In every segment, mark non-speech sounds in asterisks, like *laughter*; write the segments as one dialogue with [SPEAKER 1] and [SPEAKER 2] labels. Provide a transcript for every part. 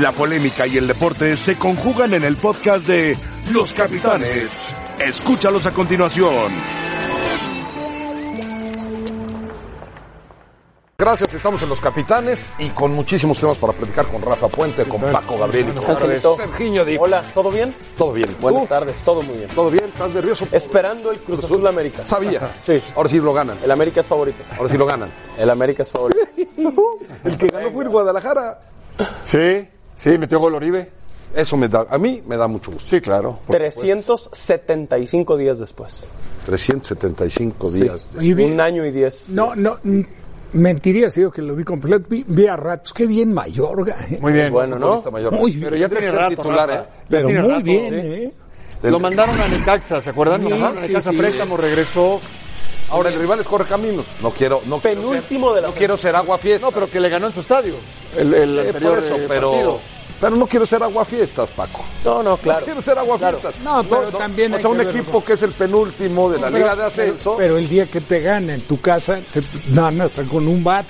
[SPEAKER 1] La polémica y el deporte se conjugan en el podcast de Los Capitanes. Escúchalos a continuación.
[SPEAKER 2] Gracias, estamos en Los Capitanes y con muchísimos temas para platicar con Rafa Puente, con Paco Gabriel y con
[SPEAKER 3] Angelito.
[SPEAKER 2] Serginho Di.
[SPEAKER 3] Hola, ¿todo bien?
[SPEAKER 2] Todo bien.
[SPEAKER 3] Buenas
[SPEAKER 2] ¿Tú?
[SPEAKER 3] tardes, todo muy bien.
[SPEAKER 2] ¿Todo bien? ¿Estás nervioso?
[SPEAKER 3] Esperando el Cruz Azul América.
[SPEAKER 2] Sabía.
[SPEAKER 3] *laughs* Sí.
[SPEAKER 2] Ahora sí lo ganan.
[SPEAKER 3] El América es favorito.
[SPEAKER 2] Ahora sí lo ganan.
[SPEAKER 3] *laughs* El América es favorito.
[SPEAKER 2] *laughs* El que ganó fue el Guadalajara.
[SPEAKER 4] Sí, sí, metió gol Oribe.
[SPEAKER 2] Eso me da, a mí me da mucho gusto.
[SPEAKER 4] Sí, claro.
[SPEAKER 3] 375 días después.
[SPEAKER 2] 375 días. de-
[SPEAKER 5] Oye, bien.
[SPEAKER 3] Un año y diez.
[SPEAKER 5] No, no, n- mentiría si digo que lo vi completo. Vi, vi a ratos, qué bien Mayorga. ¿eh?
[SPEAKER 4] Muy bien.
[SPEAKER 3] Bueno, ¿no?
[SPEAKER 2] Futbolista mayor.
[SPEAKER 5] Muy bien.
[SPEAKER 4] Pero ya
[SPEAKER 2] Tiene
[SPEAKER 4] tiene
[SPEAKER 2] que ser
[SPEAKER 4] rato,
[SPEAKER 2] titular,
[SPEAKER 4] Rafa.
[SPEAKER 2] ¿eh?
[SPEAKER 4] Ya
[SPEAKER 5] Pero
[SPEAKER 4] tiene
[SPEAKER 5] muy
[SPEAKER 4] rato.
[SPEAKER 5] bien, ¿eh?
[SPEAKER 4] Lo mandaron a Necaxa, ¿se acuerdan? Lo
[SPEAKER 5] Sí,
[SPEAKER 4] mandaron a
[SPEAKER 5] sí,
[SPEAKER 4] Necaxa
[SPEAKER 5] sí.
[SPEAKER 4] préstamo, regresó.
[SPEAKER 2] Ahora el rival es corre caminos. No quiero, no quiero ser-
[SPEAKER 3] Penúltimo de la
[SPEAKER 2] No quiero ser agua fiesta.
[SPEAKER 4] No, pero que le ganó en su estadio. El, el
[SPEAKER 2] Eh,
[SPEAKER 4] anterior
[SPEAKER 2] por eso,
[SPEAKER 4] eh,
[SPEAKER 2] pero,
[SPEAKER 4] partido.
[SPEAKER 2] pero no quiero ser agua fiestas, Paco.
[SPEAKER 3] No, no, claro.
[SPEAKER 2] Quiero ser agua fiestas.
[SPEAKER 5] No, pero también
[SPEAKER 2] O
[SPEAKER 5] hay
[SPEAKER 2] sea, un
[SPEAKER 5] que ver-
[SPEAKER 2] equipo que es el penúltimo de la
[SPEAKER 5] Pero-
[SPEAKER 2] Liga de Ascenso.
[SPEAKER 5] Pero, el día que te gana en tu casa, te dan hasta con un bat.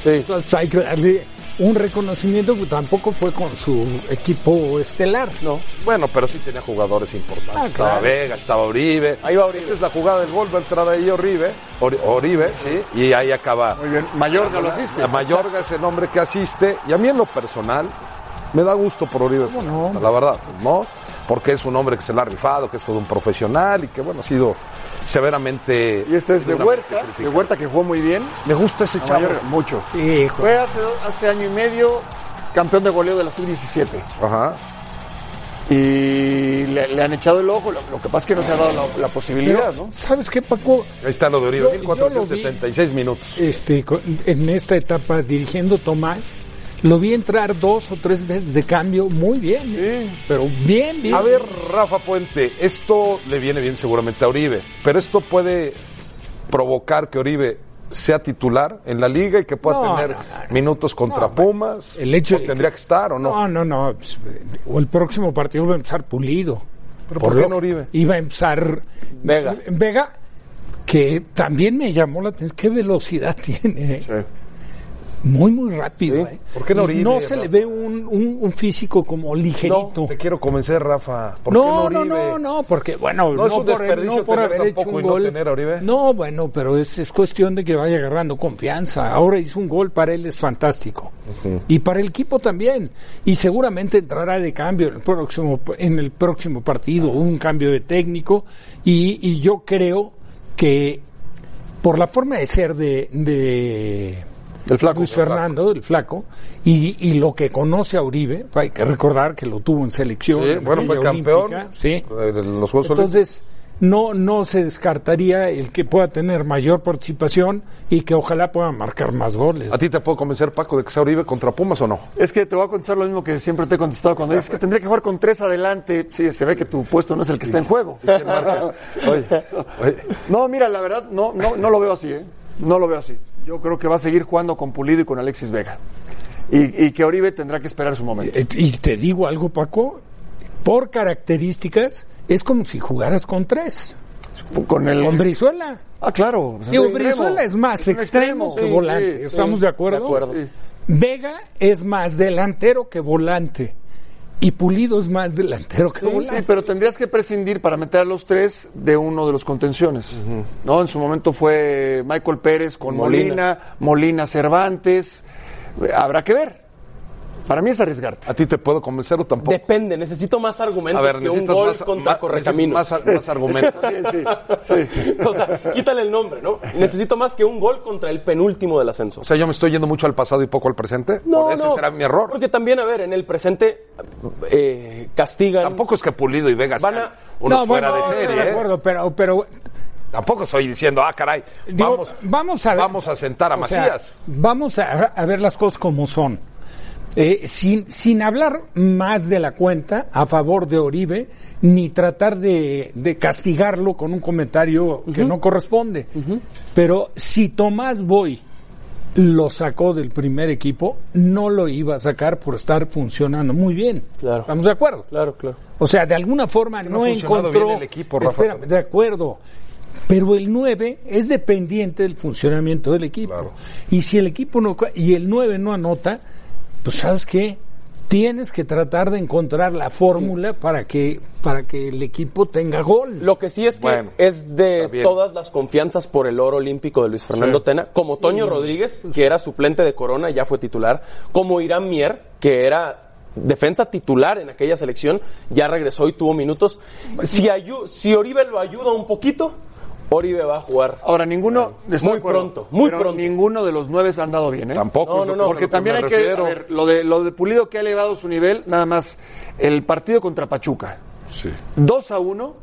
[SPEAKER 3] Sí.
[SPEAKER 5] Entonces hay que darle un reconocimiento que tampoco fue con su equipo estelar.
[SPEAKER 3] No.
[SPEAKER 2] Bueno, pero sí tenía jugadores importantes.
[SPEAKER 5] Ah,
[SPEAKER 2] estaba
[SPEAKER 5] claro.
[SPEAKER 2] Vega, estaba Oribe.
[SPEAKER 3] Ahí va Oribe.
[SPEAKER 2] Esa es la jugada del gol, va a entrar ahí Oribe. Ori- Oribe, sí. Y ahí acaba.
[SPEAKER 4] Muy bien. Mayorga lo asiste.
[SPEAKER 2] La Mayorga es el hombre que asiste. Y a mí en lo personal me da gusto por Oribe.
[SPEAKER 5] no?
[SPEAKER 2] La verdad, ¿no? Porque es un hombre que se la ha rifado, que es todo un profesional y que, bueno, ha sido severamente.
[SPEAKER 4] Y este es de
[SPEAKER 2] seguramente
[SPEAKER 4] Huerta. De
[SPEAKER 2] criticado.
[SPEAKER 4] Huerta que jugó muy bien.
[SPEAKER 2] Me gusta ese chavo.
[SPEAKER 4] Mayorga, mucho.
[SPEAKER 5] Hijo,
[SPEAKER 4] Fue hace, hace año y medio campeón de goleo de la sub-17.
[SPEAKER 2] Ajá.
[SPEAKER 4] Y le, le han echado el ojo. Lo, lo que pasa es que no se ha dado la, la
[SPEAKER 2] Ah,
[SPEAKER 4] posibilidad,
[SPEAKER 5] pero,
[SPEAKER 4] ¿no?
[SPEAKER 5] ¿sabes qué, Paco?
[SPEAKER 2] Ahí está lo de Oribe.
[SPEAKER 5] Yo- yo lo
[SPEAKER 2] 1476 minutos.
[SPEAKER 5] Este, con- en esta etapa dirigiendo Tomás, lo vi entrar dos o tres veces de cambio muy bien. ¿eh? Pero bien, bien.
[SPEAKER 2] A ver, Rafa Puente, esto le viene bien seguramente a Oribe, pero esto puede provocar que Oribe sea titular en la liga y que pueda
[SPEAKER 5] No,
[SPEAKER 2] tener
[SPEAKER 5] no, no, no.
[SPEAKER 2] minutos contra
[SPEAKER 5] No,
[SPEAKER 2] Pumas.
[SPEAKER 5] el hecho
[SPEAKER 2] ¿O
[SPEAKER 5] de que-
[SPEAKER 2] tendría que estar o no.
[SPEAKER 5] No, no, no. pues, O el próximo partido va a empezar Pulido.
[SPEAKER 2] ¿Pero por qué no Oribe?
[SPEAKER 5] Iba a empezar
[SPEAKER 3] Vega.
[SPEAKER 5] Vega, que también me llamó la atención. ¿Qué velocidad *laughs* tiene? eh? Muy, muy rápido.
[SPEAKER 3] Sí.
[SPEAKER 5] ¿eh?
[SPEAKER 2] ¿Por qué no Oribe,
[SPEAKER 5] No se le
[SPEAKER 2] Rafa?
[SPEAKER 5] ve un, un- un físico como ligerito.
[SPEAKER 2] No, te quiero convencer, Rafa. ¿Por
[SPEAKER 5] No,
[SPEAKER 2] qué no,
[SPEAKER 5] no,
[SPEAKER 2] Oribe?
[SPEAKER 5] no, no, porque bueno,
[SPEAKER 2] No
[SPEAKER 5] no,
[SPEAKER 2] es un
[SPEAKER 5] por,
[SPEAKER 2] desperdicio
[SPEAKER 5] no por
[SPEAKER 2] tener
[SPEAKER 5] haber hecho
[SPEAKER 2] tampoco
[SPEAKER 5] un
[SPEAKER 2] y no
[SPEAKER 5] gol.
[SPEAKER 2] tener a Oribe.
[SPEAKER 5] No, bueno, pero es, es cuestión de que vaya agarrando confianza. Ahora hizo un gol, para él es fantástico. Y para el equipo también. Y seguramente entrará de cambio en el próximo, en el próximo partido, un cambio de técnico. Y, y yo creo que por la forma de ser de, de
[SPEAKER 2] El flaco.
[SPEAKER 5] Luis
[SPEAKER 2] El flaco.
[SPEAKER 5] Fernando, el flaco, y, y lo que conoce a Uribe, hay que recordar que lo tuvo en
[SPEAKER 2] Sí,
[SPEAKER 5] selección. en
[SPEAKER 2] bueno, fue
[SPEAKER 5] Villa
[SPEAKER 2] campeón eh,
[SPEAKER 5] Olímpica, sí.
[SPEAKER 2] de los Juegos Olímpicos.
[SPEAKER 5] Entonces, no, no se descartaría el que pueda tener mayor participación y que ojalá pueda marcar más goles.
[SPEAKER 2] ¿A ti te puedo convencer, Paco, de que sea Oribe contra Pumas o no?
[SPEAKER 4] Es que te voy a contestar lo mismo que siempre te he contestado cuando dices que tendría que jugar con tres adelante. Sí, se ve que tu puesto no es el que está en juego.
[SPEAKER 2] Oye, oye.
[SPEAKER 4] No, mira, la verdad, no, no, no lo veo así, ¿eh? No lo veo así. Yo creo que va a seguir jugando con Pulido y con Alexis Vega. Y, y que Oribe tendrá que esperar su momento.
[SPEAKER 5] Eh, Y te digo algo, Paco, por características es como si jugaras con tres.
[SPEAKER 4] Con el.
[SPEAKER 5] Con Brizuela.
[SPEAKER 4] Ah, claro. pues,
[SPEAKER 5] Digo,
[SPEAKER 4] un extremo.
[SPEAKER 5] Brizuela es más
[SPEAKER 4] un
[SPEAKER 5] extremo, que
[SPEAKER 4] Sí,
[SPEAKER 5] volante.
[SPEAKER 4] sí,
[SPEAKER 5] ¿Estamos
[SPEAKER 4] sí.
[SPEAKER 5] de acuerdo?
[SPEAKER 3] de acuerdo.
[SPEAKER 4] Sí.
[SPEAKER 5] Vega es más delantero que volante. Y Pulido es más delantero que
[SPEAKER 4] Sí,
[SPEAKER 5] volante.
[SPEAKER 4] sí, pero tendrías que prescindir para meter a los tres de uno de los contenciones. ¿no? En su momento fue Michael Pérez con Molina, Molina, Cervantes. Eh, Habrá que ver. Para mí es arriesgarte.
[SPEAKER 2] ¿A ti te puedo convencer o tampoco?
[SPEAKER 3] Depende, necesito más argumentos
[SPEAKER 2] a ver,
[SPEAKER 3] que un
[SPEAKER 2] necesitas
[SPEAKER 3] gol
[SPEAKER 2] más,
[SPEAKER 3] contra
[SPEAKER 2] más-
[SPEAKER 3] Correcaminos.
[SPEAKER 2] necesitas
[SPEAKER 3] *laughs*
[SPEAKER 2] más, más argumentos.
[SPEAKER 4] Sí, sí, sí.
[SPEAKER 3] o sea, quítale el nombre, ¿no? Necesito más que un gol contra el penúltimo del ascenso.
[SPEAKER 2] O sea, yo me estoy yendo mucho al pasado y poco al presente.
[SPEAKER 3] No,
[SPEAKER 2] Por ese
[SPEAKER 3] no,
[SPEAKER 2] será mi error.
[SPEAKER 3] Porque también, a ver, en el presente eh, castigan.
[SPEAKER 2] Tampoco es que Pulido y Vegas
[SPEAKER 3] Van a-
[SPEAKER 2] sean unos fuera
[SPEAKER 5] bueno,
[SPEAKER 2] de
[SPEAKER 5] estoy
[SPEAKER 2] serie.
[SPEAKER 5] de
[SPEAKER 2] ¿eh?
[SPEAKER 5] acuerdo, pero, pero
[SPEAKER 2] Tampoco estoy diciendo, ah, caray,
[SPEAKER 5] Digo,
[SPEAKER 2] vamos,
[SPEAKER 5] vamos a ver-
[SPEAKER 2] vamos a sentar a
[SPEAKER 5] o sea,
[SPEAKER 2] Macías.
[SPEAKER 5] vamos a, a ver las cosas como son. Eh, sin, sin hablar más de la cuenta a favor de Oribe, ni tratar de, de castigarlo con un comentario que no corresponde. Pero si Tomás Boy lo sacó del primer equipo, no lo iba a sacar por estar funcionando muy bien.
[SPEAKER 3] Claro.
[SPEAKER 5] ¿Estamos de acuerdo?
[SPEAKER 3] Claro, claro.
[SPEAKER 5] O sea, de alguna forma
[SPEAKER 2] no
[SPEAKER 5] no,
[SPEAKER 2] ha funcionado
[SPEAKER 5] encontró.
[SPEAKER 2] bien el equipo, Rafa.
[SPEAKER 5] Espérame, de acuerdo. Pero el 9 es dependiente del funcionamiento del equipo.
[SPEAKER 2] Claro.
[SPEAKER 5] Y si el equipo no. ca- Y el 9 no anota, pues ¿sabes qué? tienes que tratar de encontrar la fórmula para que para que el equipo tenga gol.
[SPEAKER 3] Lo que sí es que
[SPEAKER 2] Bueno,
[SPEAKER 3] es
[SPEAKER 2] está
[SPEAKER 3] de
[SPEAKER 2] bien.
[SPEAKER 3] todas las confianzas por el oro olímpico de Luis Fernando
[SPEAKER 2] Sí.
[SPEAKER 3] Tena, como Toño Rodríguez, que era suplente de Corona y ya fue titular, como Irán Mier, que era defensa titular en aquella selección, ya regresó y tuvo minutos. Si, ayu- si Oribe lo ayuda un poquito, Oribe va a jugar.
[SPEAKER 4] Ahora, ninguno. estoy
[SPEAKER 3] Muy
[SPEAKER 4] de acuerdo,
[SPEAKER 3] pronto, muy
[SPEAKER 4] pero
[SPEAKER 3] pronto.
[SPEAKER 4] Ninguno de los nueve han dado bien, ¿eh?
[SPEAKER 2] Tampoco.
[SPEAKER 3] No,
[SPEAKER 2] es lo
[SPEAKER 3] no,
[SPEAKER 2] que-
[SPEAKER 3] no,
[SPEAKER 2] a lo
[SPEAKER 4] Porque también
[SPEAKER 2] me
[SPEAKER 4] hay que.
[SPEAKER 2] refiero.
[SPEAKER 4] a ver, lo de, lo de Pulido que ha elevado su nivel, nada más. El partido contra Pachuca.
[SPEAKER 2] Sí.
[SPEAKER 4] 2 a 1.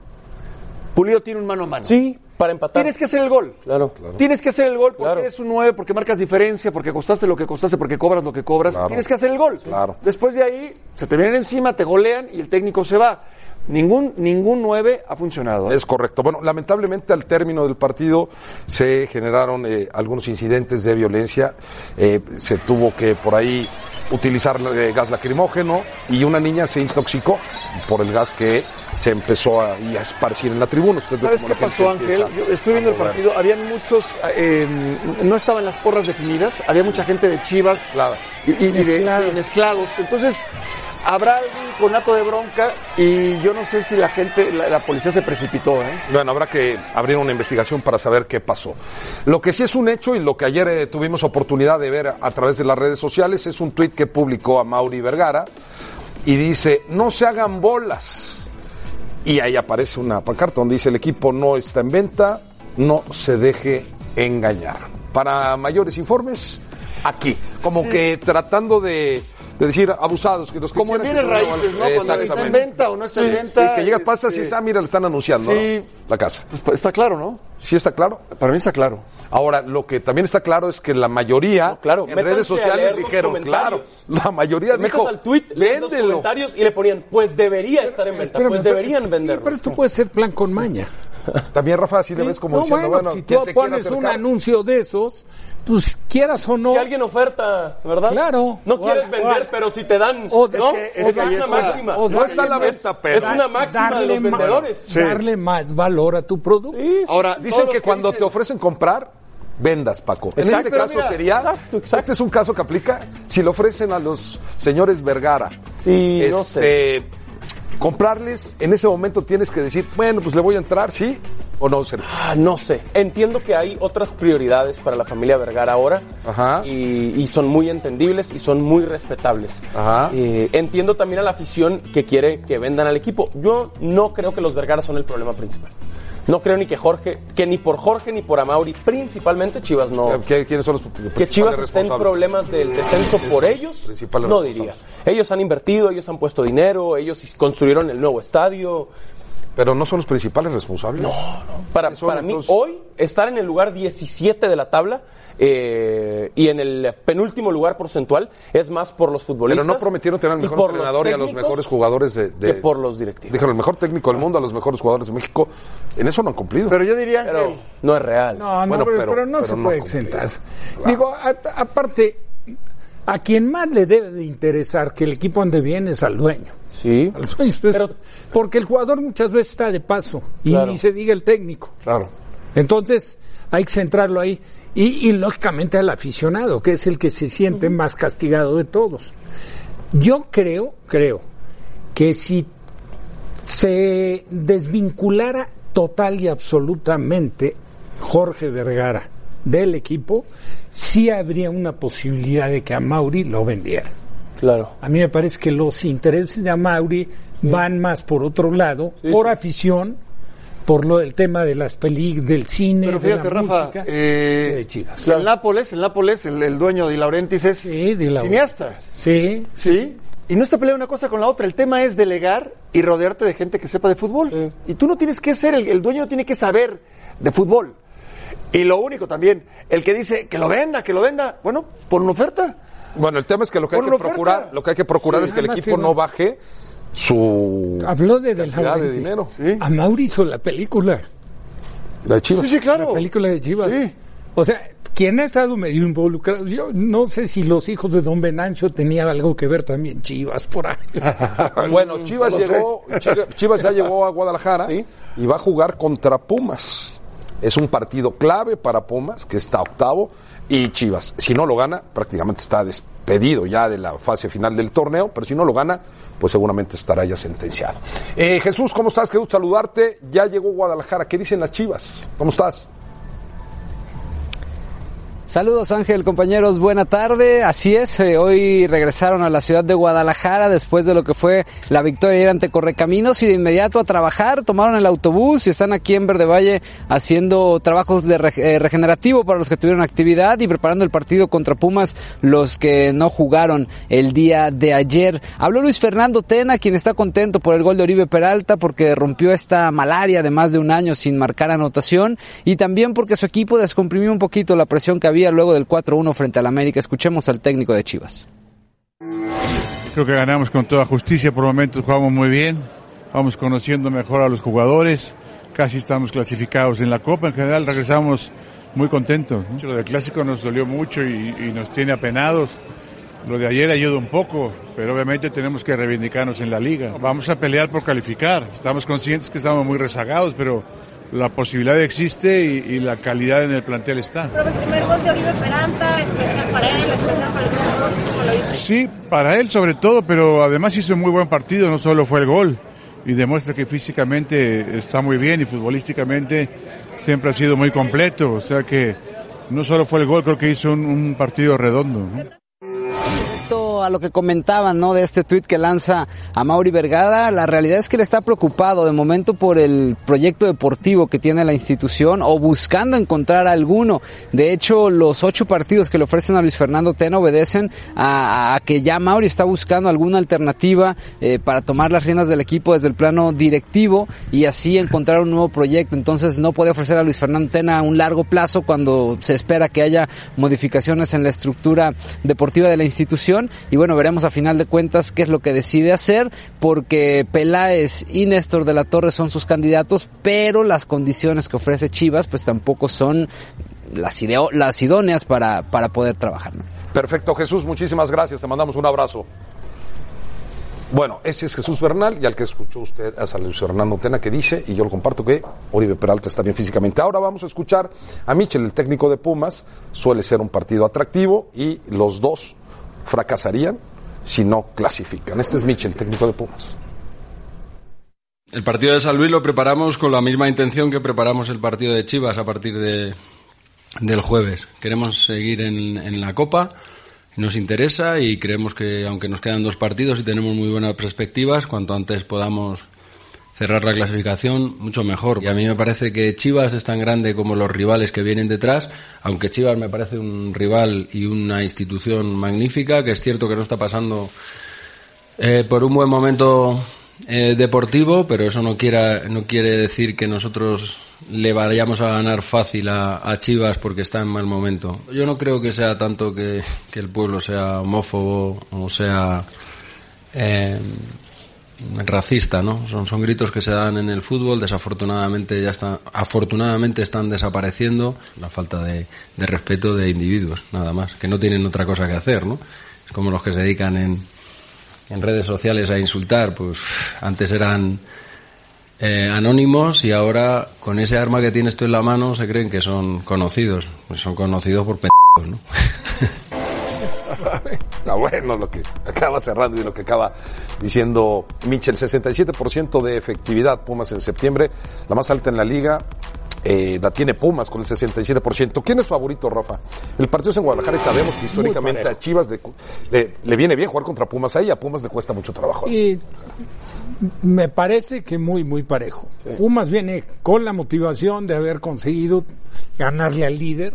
[SPEAKER 4] Pulido tiene un mano a mano.
[SPEAKER 3] Sí, para empatar.
[SPEAKER 4] Tienes que hacer el gol.
[SPEAKER 3] Claro.
[SPEAKER 4] Tienes que hacer el gol porque
[SPEAKER 3] Claro.
[SPEAKER 4] eres un 9, porque marcas diferencia, porque costaste lo que costaste, porque cobras lo que cobras.
[SPEAKER 2] Claro.
[SPEAKER 4] Tienes que hacer el gol.
[SPEAKER 2] Claro.
[SPEAKER 4] Después de ahí, se te vienen encima, te golean y el técnico se va. Ningún, ningún 9 ha funcionado. ¿eh?
[SPEAKER 2] Es correcto. Bueno, lamentablemente al término del partido se generaron eh, algunos incidentes de violencia. Eh, se tuvo que por ahí utilizar eh, gas lacrimógeno y una niña se intoxicó por el gas que se empezó a, y a esparcir en la tribuna. Usted ve
[SPEAKER 4] ¿Sabes
[SPEAKER 2] cómo
[SPEAKER 4] qué
[SPEAKER 2] la gente
[SPEAKER 4] pasó, Ángel?
[SPEAKER 2] empieza
[SPEAKER 4] Yo estuve viendo el
[SPEAKER 2] a moverse.
[SPEAKER 4] partido. Habían muchos. eh, no estaban las porras definidas. Había mucha gente de Chivas.
[SPEAKER 2] Claro.
[SPEAKER 4] Y, y- y de-
[SPEAKER 5] Mezclada.
[SPEAKER 4] sí, mezclados. Entonces, habrá algún conato de bronca. Y yo no sé si la gente, la, la policía se precipitó, ¿eh?
[SPEAKER 2] Bueno, habrá que abrir una investigación para saber qué pasó. Lo que sí es un hecho y lo que ayer eh, tuvimos oportunidad de ver a, a través de las redes sociales es un tuit que publicó a Mauri Vergara y dice, no se hagan bolas. Y ahí aparece una pancarta donde dice, el equipo no está en venta, no se deje engañar. Para mayores informes, aquí. Como que tratando de, de decir abusados, que los que
[SPEAKER 4] Como en
[SPEAKER 2] quieran
[SPEAKER 4] bienes
[SPEAKER 2] que se hagan
[SPEAKER 4] raíces, ¿no?
[SPEAKER 2] bolas.
[SPEAKER 4] Cuando está en
[SPEAKER 2] Exactamente.
[SPEAKER 4] venta o no está en
[SPEAKER 2] Sí,
[SPEAKER 4] venta.
[SPEAKER 2] sí, que llega, pasa, si
[SPEAKER 4] este,
[SPEAKER 2] es, ah, mira, le están anunciando ¿no?
[SPEAKER 4] Sí.
[SPEAKER 2] la casa.
[SPEAKER 4] pues, pues, está claro, ¿no?
[SPEAKER 2] ¿Sí está claro?
[SPEAKER 4] Para mí está claro.
[SPEAKER 2] Ahora, lo que también está claro es que la mayoría
[SPEAKER 3] No, claro,
[SPEAKER 2] en
[SPEAKER 3] métanse
[SPEAKER 2] redes
[SPEAKER 3] a leer
[SPEAKER 2] sociales
[SPEAKER 3] los
[SPEAKER 2] dijeron, claro,
[SPEAKER 3] comentarios.
[SPEAKER 2] la mayoría
[SPEAKER 3] Te metes
[SPEAKER 2] dijo,
[SPEAKER 3] al tweet, lees los
[SPEAKER 2] véndelo.
[SPEAKER 3] comentarios y le ponían, pues debería estar en venta,
[SPEAKER 5] Espérame,
[SPEAKER 3] pues
[SPEAKER 5] pero-
[SPEAKER 3] deberían
[SPEAKER 5] sí,
[SPEAKER 3] venderlo.
[SPEAKER 5] pero esto puede ser plan con maña.
[SPEAKER 2] También Rafa, así le ves como
[SPEAKER 5] no,
[SPEAKER 2] diciendo,
[SPEAKER 5] bueno,
[SPEAKER 2] bueno,
[SPEAKER 5] si tú
[SPEAKER 2] quien se quiera
[SPEAKER 5] pones un
[SPEAKER 2] acercar.
[SPEAKER 5] anuncio de esos, pues quieras o no.
[SPEAKER 3] Si alguien oferta, ¿verdad?
[SPEAKER 5] Claro.
[SPEAKER 3] No
[SPEAKER 5] O
[SPEAKER 3] quieres
[SPEAKER 5] al-
[SPEAKER 3] vender,
[SPEAKER 5] o al-
[SPEAKER 3] pero si te dan.
[SPEAKER 5] o- es
[SPEAKER 3] ¿no?
[SPEAKER 4] que- es que
[SPEAKER 3] O
[SPEAKER 4] ahí
[SPEAKER 3] es una
[SPEAKER 4] está.
[SPEAKER 3] máxima.
[SPEAKER 5] O
[SPEAKER 2] No está a la venta, pero...
[SPEAKER 3] Es una máxima de los
[SPEAKER 5] ma-
[SPEAKER 3] vendedores.
[SPEAKER 5] darle más valor a tu producto.
[SPEAKER 4] Ahora,
[SPEAKER 2] Dicen
[SPEAKER 4] todos
[SPEAKER 2] que
[SPEAKER 4] los
[SPEAKER 2] cuando
[SPEAKER 4] dicen-
[SPEAKER 2] te ofrecen comprar, vendas, Paco. en
[SPEAKER 3] Exacto,
[SPEAKER 2] este caso
[SPEAKER 3] mira,
[SPEAKER 2] sería,
[SPEAKER 3] exacto, exacto.
[SPEAKER 2] este es un caso que aplica, si le ofrecen a los señores Vergara,
[SPEAKER 3] Sí,
[SPEAKER 2] este,
[SPEAKER 3] no sé.
[SPEAKER 2] comprarles, en ese momento tienes que decir, bueno, pues le voy a entrar, sí o no, Sergio.
[SPEAKER 3] Ah, no sé. Entiendo que hay otras prioridades para la familia Vergara ahora.
[SPEAKER 2] Ajá.
[SPEAKER 3] Y, y son muy entendibles y son muy respetables.
[SPEAKER 2] Ajá.
[SPEAKER 3] Eh, entiendo también a la afición que quiere que vendan al equipo. Yo no creo que los Vergara son el problema principal. No creo ni que Jorge, que ni por Jorge ni por Amauri, principalmente Chivas no.
[SPEAKER 2] ¿Qué- ¿Quiénes son los
[SPEAKER 3] que
[SPEAKER 2] principales
[SPEAKER 3] Chivas esté en
[SPEAKER 2] responsables?
[SPEAKER 3] problemas del descenso por ellos,
[SPEAKER 2] principales
[SPEAKER 3] no diría.
[SPEAKER 2] responsables.
[SPEAKER 3] Ellos han invertido, ellos han puesto dinero, ellos construyeron el nuevo estadio.
[SPEAKER 2] Pero no son los principales responsables. No,
[SPEAKER 3] Para,
[SPEAKER 2] Eso,
[SPEAKER 3] para mí,
[SPEAKER 2] entonces-
[SPEAKER 3] hoy, estar en el lugar 17 de la tabla eh, y en el penúltimo lugar porcentual es más por los futbolistas.
[SPEAKER 2] Pero no prometieron tener al
[SPEAKER 3] y
[SPEAKER 2] mejor
[SPEAKER 3] por los
[SPEAKER 2] entrenador y a los
[SPEAKER 3] técnicos
[SPEAKER 2] mejores jugadores de, de-
[SPEAKER 3] que por los directivos.
[SPEAKER 2] Dijeron, el mejor técnico del mundo a los mejores jugadores de México. En eso no han cumplido.
[SPEAKER 4] Pero yo diría, Ángel,
[SPEAKER 3] Pero no es real.
[SPEAKER 5] No, no,
[SPEAKER 2] Bueno,
[SPEAKER 5] pero,
[SPEAKER 2] pero-
[SPEAKER 5] pero no
[SPEAKER 2] pero
[SPEAKER 5] se
[SPEAKER 2] no
[SPEAKER 5] puede
[SPEAKER 2] cumplieron.
[SPEAKER 5] exentar.
[SPEAKER 2] Claro.
[SPEAKER 5] Digo, a- aparte, a quien más le debe de interesar que el equipo ande bien es al dueño.
[SPEAKER 3] Sí.
[SPEAKER 5] Al dueño, pues,
[SPEAKER 3] Pero-
[SPEAKER 5] porque el jugador muchas veces está de paso y
[SPEAKER 3] Claro.
[SPEAKER 5] ni se diga el técnico.
[SPEAKER 2] Claro.
[SPEAKER 5] Entonces, hay que centrarlo ahí. Y, y, lógicamente al aficionado, que es el que se siente más castigado de todos. Yo creo, creo, que si se desvinculara total y absolutamente Jorge Vergara del equipo, sí habría una posibilidad de que a Mauri lo vendiera.
[SPEAKER 3] Claro.
[SPEAKER 5] A mí me parece que los intereses de Amauri van más por otro lado, por
[SPEAKER 3] sí.
[SPEAKER 5] afición, por lo del tema de las películas, del cine,
[SPEAKER 4] pero
[SPEAKER 5] de
[SPEAKER 4] fíjate,
[SPEAKER 5] la
[SPEAKER 4] Rafa,
[SPEAKER 5] música,
[SPEAKER 4] eh,
[SPEAKER 5] que de Chivas.
[SPEAKER 4] el Nápoles, el Nápoles, el, el dueño de Laurentiis es
[SPEAKER 5] Sí, Di Laurentiis.
[SPEAKER 4] cineasta.
[SPEAKER 5] Sí,
[SPEAKER 4] ¿Sí? Y no está peleando una cosa con la otra. El tema es delegar y rodearte de gente que sepa de fútbol. Y tú no tienes que ser, el, el dueño no tiene que saber de fútbol. Y lo único también, el que dice que lo venda, que lo venda, bueno, por una oferta.
[SPEAKER 2] Bueno, el tema es que lo que hay
[SPEAKER 4] Pon una
[SPEAKER 2] que
[SPEAKER 4] oferta.
[SPEAKER 2] procurar, lo que hay que procurar
[SPEAKER 5] Sí,
[SPEAKER 2] es que el
[SPEAKER 5] nada más
[SPEAKER 2] equipo
[SPEAKER 5] que-
[SPEAKER 2] no baje su
[SPEAKER 4] Ah,
[SPEAKER 5] habló de, de
[SPEAKER 2] cantidad de dinero.
[SPEAKER 5] Amauri hizo la película,
[SPEAKER 2] La de Chivas.
[SPEAKER 4] Sí, sí,
[SPEAKER 5] la
[SPEAKER 4] claro.
[SPEAKER 5] película de Chivas.
[SPEAKER 4] Sí.
[SPEAKER 5] O sea, quien ha estado medio involucrado, yo no sé si los hijos de Don Venancio tenían algo que ver también Chivas por ahí.
[SPEAKER 2] Ah, *laughs*
[SPEAKER 4] Mm,
[SPEAKER 2] Bueno,
[SPEAKER 4] *laughs*
[SPEAKER 2] Chivas llegó, Chivas- Chivas ya llegó a Guadalajara
[SPEAKER 3] Sí.
[SPEAKER 2] y va a jugar contra Pumas. Es un partido clave para Pumas, que está octavo, y Chivas. Si no lo gana, prácticamente está despedido ya de la fase final del torneo, pero si no lo gana, pues seguramente estará ya sentenciado. Eh, Jesús, ¿cómo estás? Qué gusto saludarte. Ya llegó Guadalajara. ¿Qué dicen las Chivas? ¿Cómo estás?
[SPEAKER 6] Saludos Ángel, compañeros, buena tarde. Así es, eh, hoy regresaron a la ciudad de Guadalajara después de lo que fue la victoria ayer ante Correcaminos y de inmediato a trabajar, tomaron el autobús y están aquí en Verde Valle haciendo trabajos de re- eh, regenerativo para los que tuvieron actividad y preparando el partido contra Pumas los que no jugaron el día de ayer. Habló Luis Fernando Tena, quien está contento por el gol de Oribe Peralta porque rompió esta malaria de más de un año sin marcar anotación y también porque su equipo descomprimió un poquito la presión que había luego del 4-1 frente al América. Escuchemos al técnico de Chivas.
[SPEAKER 7] Creo que ganamos con toda justicia, por momentos jugamos muy bien, vamos conociendo mejor a los jugadores, casi estamos clasificados en la Copa, en general regresamos muy contentos. ¿no? Lo del clásico nos dolió mucho y, y nos tiene apenados. Lo de ayer ayuda un poco, pero obviamente tenemos que reivindicarnos en la liga. Vamos a pelear por calificar, estamos conscientes que estamos muy rezagados, pero la posibilidad existe y, y la calidad en el plantel está.
[SPEAKER 8] Pero el primer gol de Oribe Peralta, especial para él, especial para el jugador, como lo dice.
[SPEAKER 7] Sí, para él sobre todo, pero además hizo un muy buen partido, no solo fue el gol, y demuestra que físicamente está muy bien y futbolísticamente siempre ha sido muy completo, o sea que no solo fue el gol, creo que hizo un, un partido redondo. ¿no?
[SPEAKER 6] respecto a lo que comentaban, ¿no? De este tuit que lanza a Mauri Vergara, la realidad es que le está preocupado de momento por el proyecto deportivo que tiene la institución o buscando encontrar alguno. De hecho, los ocho partidos que le ofrecen a Luis Fernando Tena obedecen a, a que ya Mauri está buscando alguna alternativa eh, para tomar las riendas del equipo desde el plano directivo y así encontrar un nuevo proyecto. Entonces, no puede ofrecer a Luis Fernando Tena un largo plazo cuando se espera que haya modificaciones en la estructura deportiva de la institución y bueno, veremos a final de cuentas qué es lo que decide hacer porque Peláez y Néstor de la Torre son sus candidatos, pero las condiciones que ofrece Chivas pues tampoco son las, ideo- las idóneas para, para poder trabajar. ¿no?
[SPEAKER 2] Perfecto, Jesús, muchísimas gracias. Te mandamos un abrazo. Bueno, ese es Jesús Bernal y al que escuchó usted es a Luis Fernando Tena que dice, y yo lo comparto, que Oribe Peralta está bien físicamente. Ahora vamos a escuchar a Michel, el técnico de Pumas. Suele ser un partido atractivo y los dos fracasarían si no clasifican. Este es Michel, técnico de Pumas.
[SPEAKER 9] El partido de San Luis lo preparamos con la misma intención que preparamos el partido de Chivas a partir de, del jueves. Queremos seguir en, en la Copa, nos interesa y creemos que aunque nos quedan dos partidos y tenemos muy buenas perspectivas, cuanto antes podamos cerrar la clasificación, mucho mejor. Y a mí me parece que Chivas es tan grande como los rivales que vienen detrás, aunque Chivas me parece un rival y una institución magnífica, que es cierto que no está pasando eh, por un buen momento eh, deportivo, pero eso no, quiera, no quiere decir que nosotros le vayamos a ganar fácil a, a Chivas porque está en mal momento. Yo no creo que sea tanto que, que el pueblo sea homófobo o sea eh, racista, ¿no? Son, son gritos que se dan en el fútbol, desafortunadamente ya están, afortunadamente están desapareciendo la falta de, de respeto de individuos, nada más, que no tienen otra cosa que hacer, ¿no? Es como los que se dedican en, en redes sociales a insultar, pues antes eran eh, anónimos y ahora con ese arma que tienes tú en la mano se creen que son conocidos. Pues son conocidos por pendejos, ¿no?
[SPEAKER 2] *laughs* Está Ah, bueno lo que acaba cerrando y lo que acaba diciendo Michel. 67% de efectividad Pumas en septiembre, la más alta en la liga. eh, la tiene Pumas con el 67%. ¿Quién es favorito, Rafa? El partido es en Guadalajara y sabemos que históricamente a Chivas de cu- le, le viene bien jugar contra Pumas ahí, a Pumas le cuesta mucho trabajo.
[SPEAKER 5] Y me parece que muy, muy parejo. Pumas viene con la motivación de haber conseguido ganarle al líder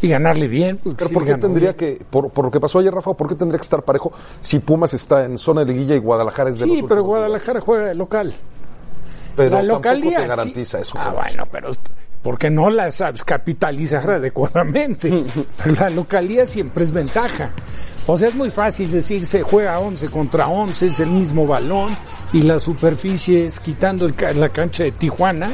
[SPEAKER 5] y ganarle bien. porque
[SPEAKER 2] Pero
[SPEAKER 5] sí
[SPEAKER 2] ¿por qué
[SPEAKER 5] ganó
[SPEAKER 2] tendría que, por, por lo que pasó ayer, Rafa, por qué tendría que estar parejo si Pumas está en zona de liguilla y Guadalajara es de los
[SPEAKER 5] bien. Sí, pero
[SPEAKER 2] últimos lugares?
[SPEAKER 5] Guadalajara juega de local.
[SPEAKER 2] Pero
[SPEAKER 5] la
[SPEAKER 2] tampoco
[SPEAKER 5] localidad
[SPEAKER 2] te garantiza eso.
[SPEAKER 5] Ah,
[SPEAKER 2] Rafa.
[SPEAKER 5] bueno, pero porque no las sabes capitalizar adecuadamente. Pero la localidad siempre es ventaja. O sea, es muy fácil decir se juega 11 contra 11, es el mismo balón y la superficie es quitando el ca- la cancha de Tijuana,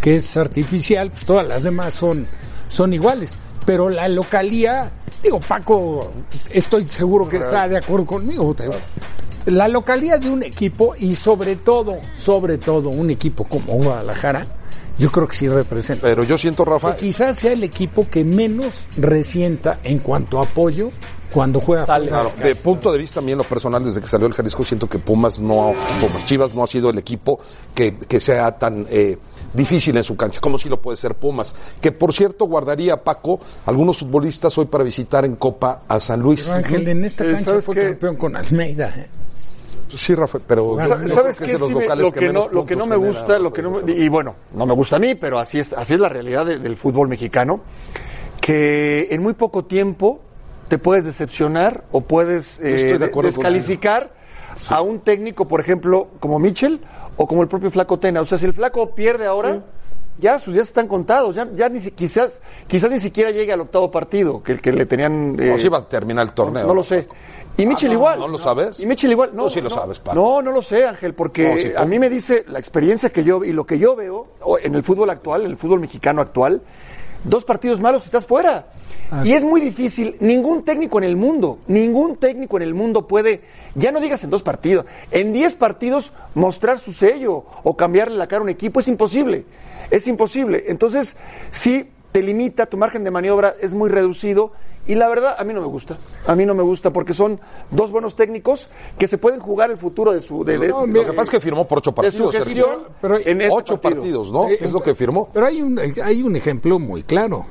[SPEAKER 5] que es artificial, pues todas las demás son, son iguales. Pero la localía, digo, Paco, estoy seguro que está de acuerdo conmigo. te- la localidad de un equipo y sobre todo, sobre todo un equipo como Guadalajara Yo creo que sí representa.
[SPEAKER 2] Pero yo siento, Rafa,
[SPEAKER 5] O quizás sea el equipo que menos resienta en cuanto a apoyo cuando juega
[SPEAKER 3] Sale.
[SPEAKER 5] fuera de
[SPEAKER 2] Claro, de
[SPEAKER 5] casa.
[SPEAKER 2] punto de vista mío, en lo personal, desde que salió el Jalisco, siento que Pumas no, Pumas Chivas no ha sido el equipo que, que sea tan eh, difícil en su cancha, como si lo puede ser Pumas. Que por cierto, guardaría Paco algunos futbolistas hoy para visitar en Copa a San Luis.
[SPEAKER 5] Pero, Ángel, en esta
[SPEAKER 4] Eh,
[SPEAKER 5] cancha
[SPEAKER 4] ¿sabes
[SPEAKER 5] fue
[SPEAKER 4] qué?
[SPEAKER 5] campeón con Almeida. ¿eh?
[SPEAKER 2] Pues Sí, Rafael, pero
[SPEAKER 5] Sa-
[SPEAKER 2] yo creo
[SPEAKER 4] ¿Sabes
[SPEAKER 2] que
[SPEAKER 4] qué?
[SPEAKER 2] es de los
[SPEAKER 4] Sí me-
[SPEAKER 2] locales
[SPEAKER 4] lo,
[SPEAKER 2] que
[SPEAKER 4] que no,
[SPEAKER 2] menos
[SPEAKER 4] lo que no me
[SPEAKER 2] puntos genera,
[SPEAKER 4] gusta, lo que no
[SPEAKER 2] pues,
[SPEAKER 4] me- y bueno, no me gusta a mí, pero así es, así es la realidad de- del fútbol mexicano, que en muy poco tiempo te puedes decepcionar o puedes eh,
[SPEAKER 2] Estoy de
[SPEAKER 4] de-
[SPEAKER 2] acuerdo
[SPEAKER 4] descalificar a un técnico, por ejemplo, como Mitchell o como el propio Flaco Tena. O sea, si el Flaco pierde ahora, ya sus días están contados, ya, ya ni si- quizás, quizás ni siquiera llegue al octavo partido, que el que le tenían... eh,
[SPEAKER 2] No, sí va a terminar el torneo.
[SPEAKER 4] no, lo sé. Y Mitchell
[SPEAKER 2] Ah, no,
[SPEAKER 4] igual.
[SPEAKER 2] no lo sabes.
[SPEAKER 4] Y Mitchell igual. No,
[SPEAKER 2] Tú sí lo
[SPEAKER 4] no.
[SPEAKER 2] sabes, Paco.
[SPEAKER 4] No, no lo sé, Ángel, porque
[SPEAKER 2] No, sí,
[SPEAKER 4] a mí me dice la experiencia que yo y lo que yo veo o- en el fútbol actual, en el fútbol mexicano actual, dos partidos malos y estás fuera. Y es muy difícil, ningún técnico en el mundo, ningún técnico en el mundo puede, ya no digas en dos partidos, en diez partidos mostrar su sello o cambiarle la cara a un equipo, es imposible, es imposible. Entonces, sí, te limita, tu margen de maniobra es muy reducido y la verdad a mí no me gusta, a mí no me gusta porque son dos buenos técnicos que se pueden jugar el futuro de su... De, de-
[SPEAKER 5] No,
[SPEAKER 2] Lo que pasa es que firmó por ocho partidos,
[SPEAKER 4] de su
[SPEAKER 2] Sergio.
[SPEAKER 4] gestión
[SPEAKER 5] pero
[SPEAKER 4] en este
[SPEAKER 2] Ocho
[SPEAKER 4] partido.
[SPEAKER 2] partidos, ¿no? es lo que firmó.
[SPEAKER 5] Eh, Pero hay un, hay un ejemplo muy claro.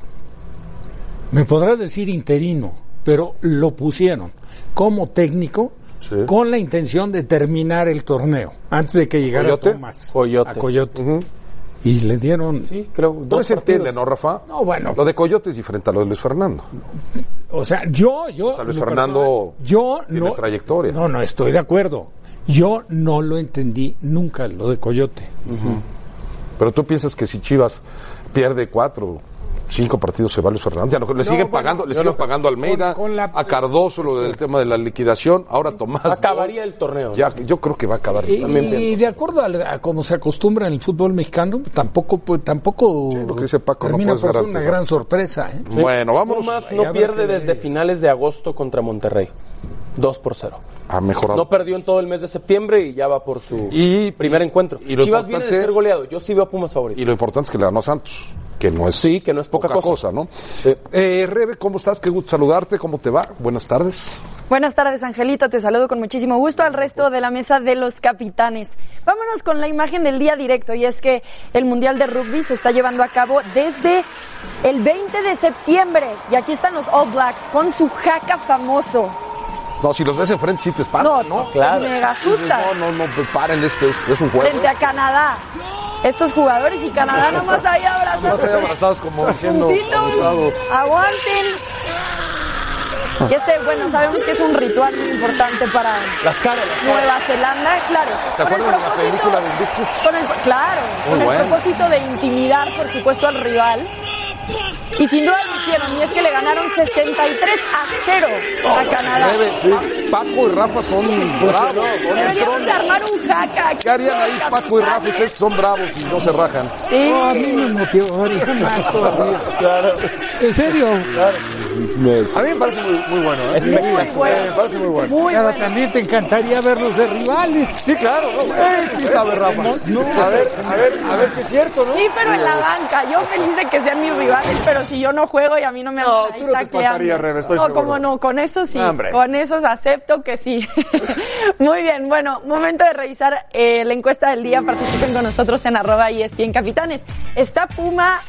[SPEAKER 5] Me podrás decir interino, pero lo pusieron como técnico
[SPEAKER 2] Sí.
[SPEAKER 5] con la intención de terminar el torneo antes de que llegara
[SPEAKER 2] ¿Coyote?
[SPEAKER 5] Tomás
[SPEAKER 3] Coyote.
[SPEAKER 5] a Coyote. Y le dieron...
[SPEAKER 3] Sí, creo.
[SPEAKER 2] No
[SPEAKER 3] dos
[SPEAKER 2] se entiende,
[SPEAKER 3] partidos.
[SPEAKER 2] ¿no, Rafa?
[SPEAKER 5] No, bueno.
[SPEAKER 2] Lo de Coyote es diferente a lo de Luis Fernando.
[SPEAKER 5] O sea, yo, yo...
[SPEAKER 2] sea, Luis
[SPEAKER 5] en lo
[SPEAKER 2] Fernando
[SPEAKER 5] personal, yo
[SPEAKER 2] tiene
[SPEAKER 5] no,
[SPEAKER 2] trayectoria.
[SPEAKER 5] No, no, estoy de acuerdo. Yo no lo entendí nunca, lo de Coyote.
[SPEAKER 2] Pero tú piensas que si Chivas pierde cuatro, cinco partidos se va Luis Fernández. Ya no, le siguen
[SPEAKER 5] bueno,
[SPEAKER 2] pagando, le
[SPEAKER 5] yo
[SPEAKER 2] siguen
[SPEAKER 5] lo-
[SPEAKER 2] pagando a Almeida,
[SPEAKER 5] con- con la-
[SPEAKER 2] a Cardoso, lo del tema de la liquidación, ahora Tomás.
[SPEAKER 3] Acabaría el torneo. ¿no?
[SPEAKER 2] Ya, yo creo que va a acabar.
[SPEAKER 5] Y, y de acuerdo al- a, como se acostumbra en el fútbol mexicano, tampoco pues, tampoco
[SPEAKER 2] Sí, lo que dice Paco, no
[SPEAKER 5] termina
[SPEAKER 2] puedes
[SPEAKER 5] por ser una
[SPEAKER 2] garantizar.
[SPEAKER 5] gran sorpresa. ¿eh?
[SPEAKER 2] Bueno, vamos.
[SPEAKER 3] Pumas
[SPEAKER 5] Ahí
[SPEAKER 3] no
[SPEAKER 5] habrá
[SPEAKER 3] pierde
[SPEAKER 5] que ver.
[SPEAKER 3] desde finales de agosto contra Monterrey. 2 por 0.
[SPEAKER 2] Ha mejorado.
[SPEAKER 3] No perdió en todo el mes de septiembre y ya va por su
[SPEAKER 2] Y-
[SPEAKER 3] primer encuentro.
[SPEAKER 2] y lo
[SPEAKER 3] Chivas viene de
[SPEAKER 2] importante-
[SPEAKER 3] ser goleado. Yo sí veo a Pumas favorito.
[SPEAKER 2] y lo importante es que le ganó a Santos, que no es.
[SPEAKER 3] Sí, que no es poca cosa.
[SPEAKER 2] ¿no?
[SPEAKER 3] Sí.
[SPEAKER 2] Eh, Rebe, ¿cómo estás? Qué gusto saludarte. ¿Cómo te va? Buenas tardes.
[SPEAKER 10] Buenas tardes, Angelito. Te saludo con muchísimo gusto al resto de la mesa de los capitanes. Vámonos con la imagen del día directo y es que el Mundial de Rugby se está llevando a cabo desde el 20 de septiembre y aquí están los All Blacks con su jaca famoso.
[SPEAKER 2] No, si los ves enfrente, sí te espantan, ¿no?
[SPEAKER 3] claro.
[SPEAKER 10] me asusta.
[SPEAKER 2] No, no, no, paren, este es, es un juego.
[SPEAKER 10] Frente a Canadá. Estos jugadores y Canadá nomás ahí
[SPEAKER 2] Nomás
[SPEAKER 10] abrazados.
[SPEAKER 2] ahí abrazados como diciendo, abusado.
[SPEAKER 10] Juntitos. Aguanten. Y este, bueno, sabemos que es un ritual muy importante para
[SPEAKER 3] Las caras.
[SPEAKER 10] Nueva Zelanda, claro.
[SPEAKER 2] ¿Se
[SPEAKER 10] Con el
[SPEAKER 2] acuerdan de la
[SPEAKER 10] propósito-
[SPEAKER 2] película de Invictus?
[SPEAKER 10] Con el, claro,
[SPEAKER 2] Muy
[SPEAKER 10] con
[SPEAKER 2] bueno.
[SPEAKER 10] el propósito de intimidar, por supuesto, al rival. Y sin duda lo hicieron, y es que le ganaron 63 a 0 a Canadá.
[SPEAKER 2] Rebe, sí. Paco y Rafa son bravos. son
[SPEAKER 10] Deberíamos de
[SPEAKER 2] estrones.
[SPEAKER 10] armar un jaca.
[SPEAKER 2] ¿Qué harían ahí Paco y Rafa? Ustedes son bravos y no se rajan.
[SPEAKER 10] Sí.
[SPEAKER 5] No, a mí me motivó ahorita más *laughs* todavía. En serio.
[SPEAKER 4] A mí me parece muy, muy bueno. ¿eh?
[SPEAKER 10] Muy bueno.
[SPEAKER 4] Me parece muy bueno.
[SPEAKER 10] Muy
[SPEAKER 5] Pero
[SPEAKER 10] bueno.
[SPEAKER 5] también te encantaría verlos de rivales. Eh,
[SPEAKER 4] Sí, claro. ¿no?
[SPEAKER 2] ¿Quién sabe, Rafa?
[SPEAKER 4] A ver, a ver, a ver si es cierto, ¿no?
[SPEAKER 10] Sí, pero en la banca. Yo feliz de que sean mis rivales, pero si yo no juego y a mí no me
[SPEAKER 4] No,
[SPEAKER 10] andan ahí
[SPEAKER 4] tú no te
[SPEAKER 10] tacleando.
[SPEAKER 4] espantarías, Rebe, estoy
[SPEAKER 10] No,
[SPEAKER 4] seguro.
[SPEAKER 10] cómo no, con eso sí.
[SPEAKER 4] No, hombre.
[SPEAKER 10] Con esos acepto que sí. *laughs* Muy bien, bueno, momento de revisar eh, la encuesta del día. Participen con nosotros en arroba ESPN Capitanes. ¿Está Puma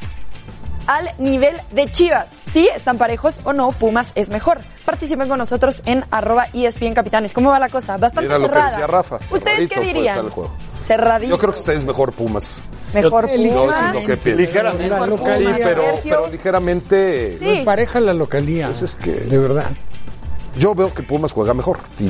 [SPEAKER 10] al nivel de Chivas? Sí, están parejos o no, Pumas es mejor. Participen con nosotros en arroba ESPN Capitanes. ¿Cómo va la cosa? Bastante
[SPEAKER 2] Mira lo que
[SPEAKER 10] cerrada.
[SPEAKER 2] decía Rafa,
[SPEAKER 10] ¿Ustedes
[SPEAKER 2] cerradito
[SPEAKER 10] qué
[SPEAKER 2] puede
[SPEAKER 10] dirían?
[SPEAKER 2] estar el juego.
[SPEAKER 10] Cerradito.
[SPEAKER 2] Yo creo que ustedes mejor Pumas.
[SPEAKER 10] Mejor
[SPEAKER 5] Yo-
[SPEAKER 10] Pumas.
[SPEAKER 2] No, eso es lo que pienso.
[SPEAKER 5] Ligeramente. La
[SPEAKER 10] Mejor
[SPEAKER 2] Sí,
[SPEAKER 5] localía.
[SPEAKER 10] Pumas.
[SPEAKER 2] pero,
[SPEAKER 10] Sergio.
[SPEAKER 2] pero ligeramente.
[SPEAKER 10] Sí.
[SPEAKER 5] Me pareja la localía.
[SPEAKER 2] Pues es que-
[SPEAKER 5] De verdad.
[SPEAKER 2] Yo veo que Pumas juega mejor y,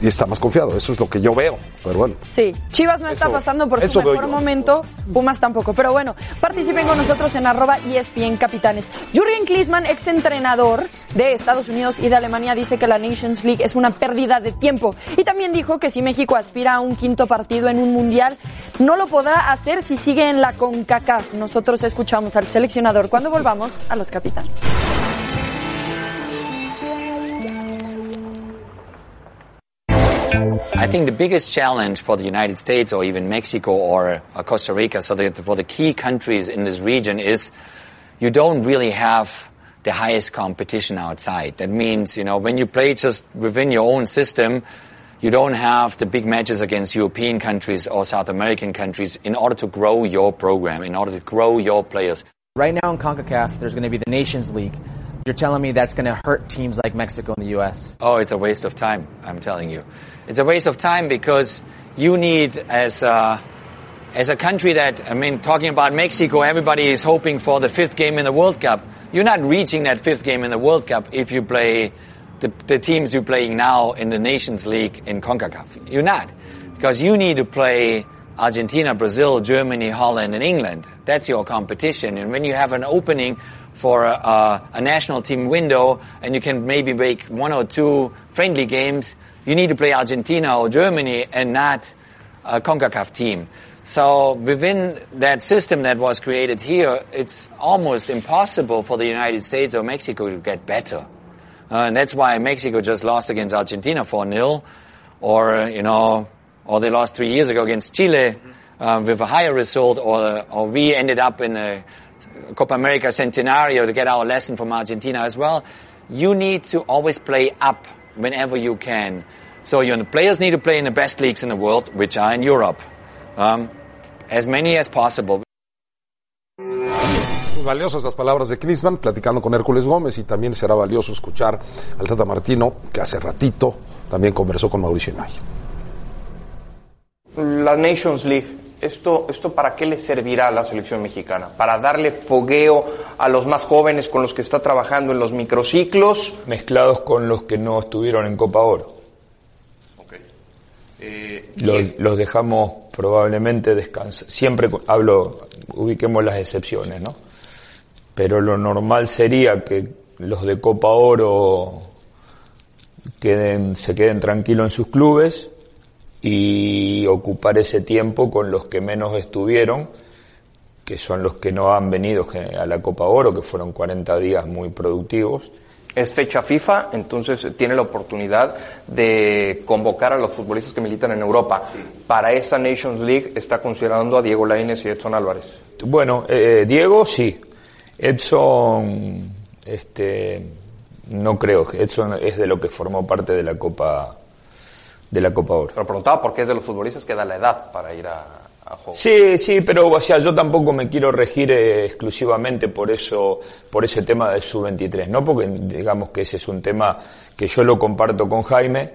[SPEAKER 2] y está más confiado. Eso es lo que yo veo. Pero bueno.
[SPEAKER 10] Sí, Chivas no está
[SPEAKER 2] Eso-
[SPEAKER 10] pasando por
[SPEAKER 2] eso
[SPEAKER 10] su
[SPEAKER 2] veo
[SPEAKER 10] mejor
[SPEAKER 2] yo.
[SPEAKER 10] momento, Pumas tampoco, pero bueno, participen con nosotros en arroba E ESPN Capitanes. Jurgen Klinsmann, ex entrenador de Estados Unidos y de Alemania, dice que la Nations League es una pérdida de tiempo y también dijo que si México aspira a un quinto partido en un mundial, no lo podrá hacer si sigue en la CONCACAF. Nosotros escuchamos al seleccionador cuando volvamos a los capitanes.
[SPEAKER 11] I think the biggest challenge for the United States or even Mexico or uh, Costa Rica, so that for the key countries in this region is you don't really have the highest competition outside. That means, you know, when you play just within your own system, you don't have the big matches against European countries or South American countries in order to grow your program, in order to grow your players.
[SPEAKER 12] Right now in CONCACAF, there's going to be the Nations League. You're telling me that's going to hurt teams like Mexico and the U.S.
[SPEAKER 11] Oh, it's a waste of time, I'm telling you. It's a waste of time because you need, as a, as a country that, I mean, talking about Mexico, everybody is hoping for the fifth game in the World Cup. You're not reaching that fifth game in the World Cup if you play the, the teams you're playing now in the Nations League in CONCACAF. You're not. Because you need to play Argentina, Brazil, Germany, Holland, and England. That's your competition. And when you have an opening for a, a, a national team window and you can maybe make one or two friendly games, you need to play Argentina or Germany and not a CONCACAF team. So within that system that was created here, it's almost impossible for the United States or Mexico to get better. Uh, and that's why Mexico just lost against Argentina 4-0, or, uh, you know, or they lost three years ago against Chile uh, with a higher result, or, uh, or we ended up in a Copa America Centenario to get our lesson from Argentina as well. You need to always play up whenever you can. So your players need to play in the best leagues in the world, which are in Europe. Um, as many as possible.
[SPEAKER 2] Pues valiosas las palabras de Klinsmann platicando con Hércules Gómez y también será valioso escuchar al Tata Martino que hace ratito también conversó con Mauricio Inay.
[SPEAKER 13] La Nations League, ¿esto, ¿esto para qué le servirá a la selección mexicana? ¿Para darle fogueo a los más jóvenes con los que está trabajando en los microciclos?
[SPEAKER 14] Mezclados con los que no estuvieron en Copa Oro.
[SPEAKER 13] Eh,
[SPEAKER 14] Los, los dejamos probablemente descansar. Siempre cu- hablo, ubiquemos las excepciones, ¿no? Pero lo normal sería que los de Copa Oro queden, se queden tranquilos en sus clubes y ocupar ese tiempo con los que menos estuvieron, que son los que no han venido gen- a la Copa Oro, que fueron 40 días muy productivos.
[SPEAKER 13] Es fecha FIFA, entonces tiene la oportunidad de convocar a los futbolistas que militan en Europa. Para esta Nations League está considerando a Diego Lainez y Edson Álvarez.
[SPEAKER 14] Bueno, eh, Diego sí. Edson, este, no creo. Edson es de lo que formó parte de la Copa, de la Copa Oro.
[SPEAKER 13] Pero preguntaba por qué es de los futbolistas que da la edad para ir a, a juegos.
[SPEAKER 14] Sí, sí, pero o sea, yo tampoco me quiero regir eh, exclusivamente por eso, por ese tema del sub 23, ¿no? Porque digamos que ese es un tema que yo lo comparto con Jaime,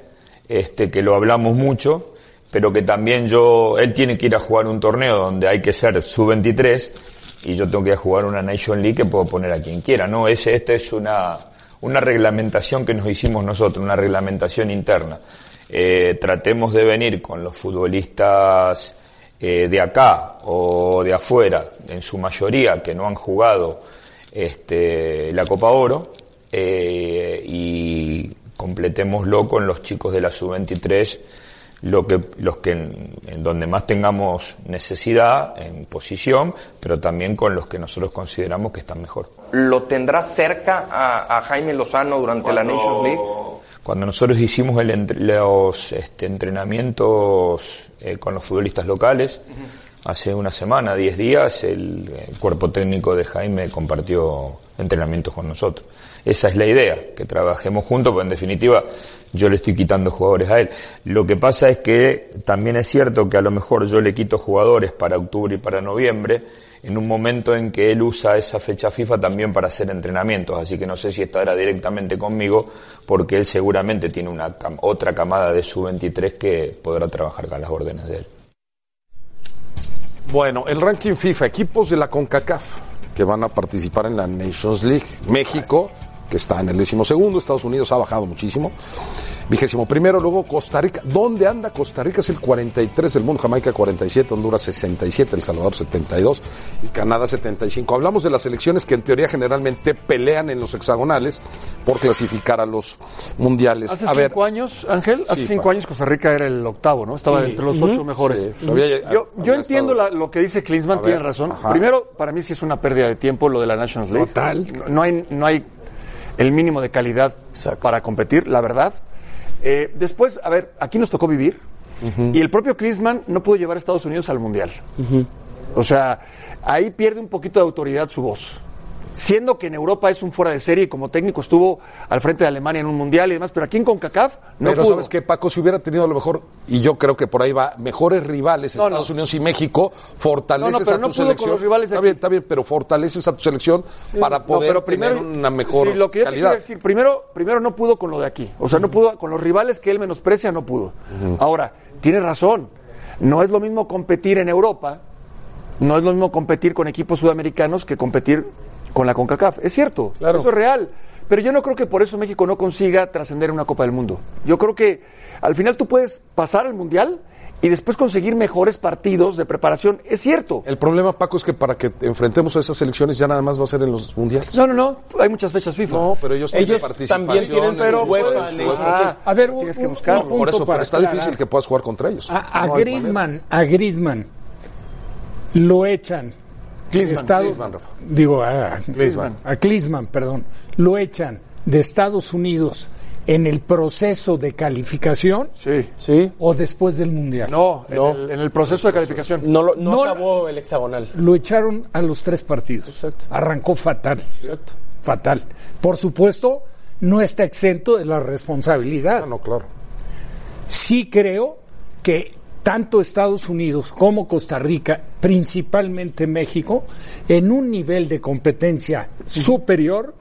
[SPEAKER 14] este, que lo hablamos mucho, pero que también yo, él tiene que ir a jugar un torneo donde hay que ser sub 23 y yo tengo que ir a jugar una Nation League que puedo poner a quien quiera, ¿no? Ese, esta es una, una reglamentación que nos hicimos nosotros, una reglamentación interna. Eh, tratemos de venir con los futbolistas eh, de acá o de afuera, en su mayoría que no han jugado este, la Copa Oro, eh, y completémoslo con los chicos de la sub-23, lo que, los que en, en donde más tengamos necesidad, en posición, pero también con los que nosotros consideramos que están mejor.
[SPEAKER 13] ¿Lo tendrá cerca a, a Jaime Lozano durante la Nations League?
[SPEAKER 14] Cuando nosotros hicimos el entre- los este, entrenamientos eh, con los futbolistas locales, hace una semana, 10 días, el, eh, cuerpo técnico de Jaime compartió entrenamientos con nosotros. Esa es la idea, que trabajemos juntos, porque en definitiva yo le estoy quitando jugadores a él. Lo que pasa es que también es cierto que a lo mejor yo le quito jugadores para octubre y para noviembre, en un momento en que él usa esa fecha FIFA también para hacer entrenamientos, así que no sé si estará directamente conmigo, porque él seguramente tiene una cam- otra camada de sub-23 que podrá trabajar con las órdenes de él.
[SPEAKER 2] Bueno, el ranking FIFA, equipos de la CONCACAF que van a participar en la Nations League. México, que está en el décimo segundo, Estados Unidos ha bajado muchísimo. Vigésimo primero, luego Costa Rica. ¿Dónde anda Costa Rica? Es el 43 del mundo, Jamaica 47, Honduras 67, El Salvador 72 y Canadá 75. Hablamos de las selecciones que en teoría generalmente pelean en los hexagonales por clasificar a los mundiales.
[SPEAKER 4] Hace
[SPEAKER 2] a ver,
[SPEAKER 4] cinco años, Ángel, hace
[SPEAKER 2] Sí,
[SPEAKER 4] cinco
[SPEAKER 2] pa-
[SPEAKER 4] años Costa Rica era el octavo, ¿no? Estaba
[SPEAKER 2] Sí.
[SPEAKER 4] entre los
[SPEAKER 2] Ujú.
[SPEAKER 4] ocho mejores.
[SPEAKER 2] Sí, pues había-
[SPEAKER 4] Ujú. yo yo
[SPEAKER 2] había
[SPEAKER 4] entiendo la- lo que dice Klinsmann,
[SPEAKER 2] A
[SPEAKER 4] tiene
[SPEAKER 2] ver,
[SPEAKER 4] razón.
[SPEAKER 2] ajá.
[SPEAKER 4] Primero, para mí sí es una pérdida de tiempo lo de la National League. No, no hay, no hay el mínimo de calidad para competir, la verdad. Eh, después, a ver, aquí nos tocó vivir
[SPEAKER 2] Mm.
[SPEAKER 4] y el propio Klinsmann no pudo llevar a Estados Unidos al Mundial. O sea, ahí pierde un poquito de autoridad su voz. Siendo que en Europa es un fuera de serie y como técnico estuvo al frente de Alemania en un mundial y demás, pero aquí en CONCACAF no
[SPEAKER 2] Pero
[SPEAKER 4] pudo.
[SPEAKER 2] sabes que Paco, si hubiera tenido a lo mejor, y yo creo que por ahí va, mejores rivales,
[SPEAKER 4] No,
[SPEAKER 2] Estados Unidos y México, fortaleces
[SPEAKER 4] No, no, pero
[SPEAKER 2] a tu
[SPEAKER 4] no pudo con
[SPEAKER 2] selección.
[SPEAKER 4] los rivales
[SPEAKER 2] está bien, está bien, pero fortaleces a tu selección para
[SPEAKER 4] No,
[SPEAKER 2] poder
[SPEAKER 4] pero primero-
[SPEAKER 2] tener una mejor
[SPEAKER 4] Sí, lo que yo te
[SPEAKER 2] calidad.
[SPEAKER 4] quiero decir, primero, primero no pudo con lo de aquí. O sea, no pudo con los rivales que él menosprecia, no pudo.
[SPEAKER 2] Ujú.
[SPEAKER 4] Ahora, tiene razón. No es lo mismo competir en Europa, no es lo mismo competir con equipos sudamericanos que competir con la CONCACAF. Es cierto,
[SPEAKER 14] Claro.
[SPEAKER 4] eso es real. Pero yo no creo que por eso México no consiga trascender una Copa del Mundo. Yo creo que al final tú puedes pasar al Mundial y después conseguir mejores partidos de preparación. Es cierto.
[SPEAKER 2] El problema, Paco, es que para que enfrentemos a esas selecciones ya nada más va a ser en los mundiales.
[SPEAKER 4] No, no, no. Hay muchas fechas FIFA. No,
[SPEAKER 2] pero ellos tienen Ellos participación, también tienen sus pero- UEFA,
[SPEAKER 4] pues,
[SPEAKER 2] Nation
[SPEAKER 4] ah,
[SPEAKER 2] League.
[SPEAKER 5] A ver, un-
[SPEAKER 4] tienes que
[SPEAKER 5] un-
[SPEAKER 4] buscarlo.
[SPEAKER 5] un
[SPEAKER 2] Por
[SPEAKER 5] punto
[SPEAKER 2] eso, pero
[SPEAKER 5] para
[SPEAKER 2] está
[SPEAKER 5] aclarar.
[SPEAKER 2] difícil que puedas jugar contra ellos.
[SPEAKER 5] A, a
[SPEAKER 2] No hay
[SPEAKER 5] Griezmann, a Griezmann lo echan.
[SPEAKER 2] Klinsmann,
[SPEAKER 5] Estado-
[SPEAKER 2] Klinsmann, Rafa.
[SPEAKER 5] digo, a
[SPEAKER 2] Klinsmann.
[SPEAKER 5] a Klinsmann, perdón. Lo echan de Estados Unidos en el proceso de calificación.
[SPEAKER 4] Sí.
[SPEAKER 5] Sí. O después del mundial.
[SPEAKER 4] No, En, el, en el proceso de calificación.
[SPEAKER 3] No, lo-
[SPEAKER 5] No
[SPEAKER 3] no acabó el hexagonal.
[SPEAKER 5] Lo echaron a los tres partidos. Arrancó fatal. Fatal. Por supuesto, no está exento de la responsabilidad. No,
[SPEAKER 2] claro.
[SPEAKER 5] Sí creo que tanto Estados Unidos como Costa Rica, principalmente México, en un nivel de competencia superior,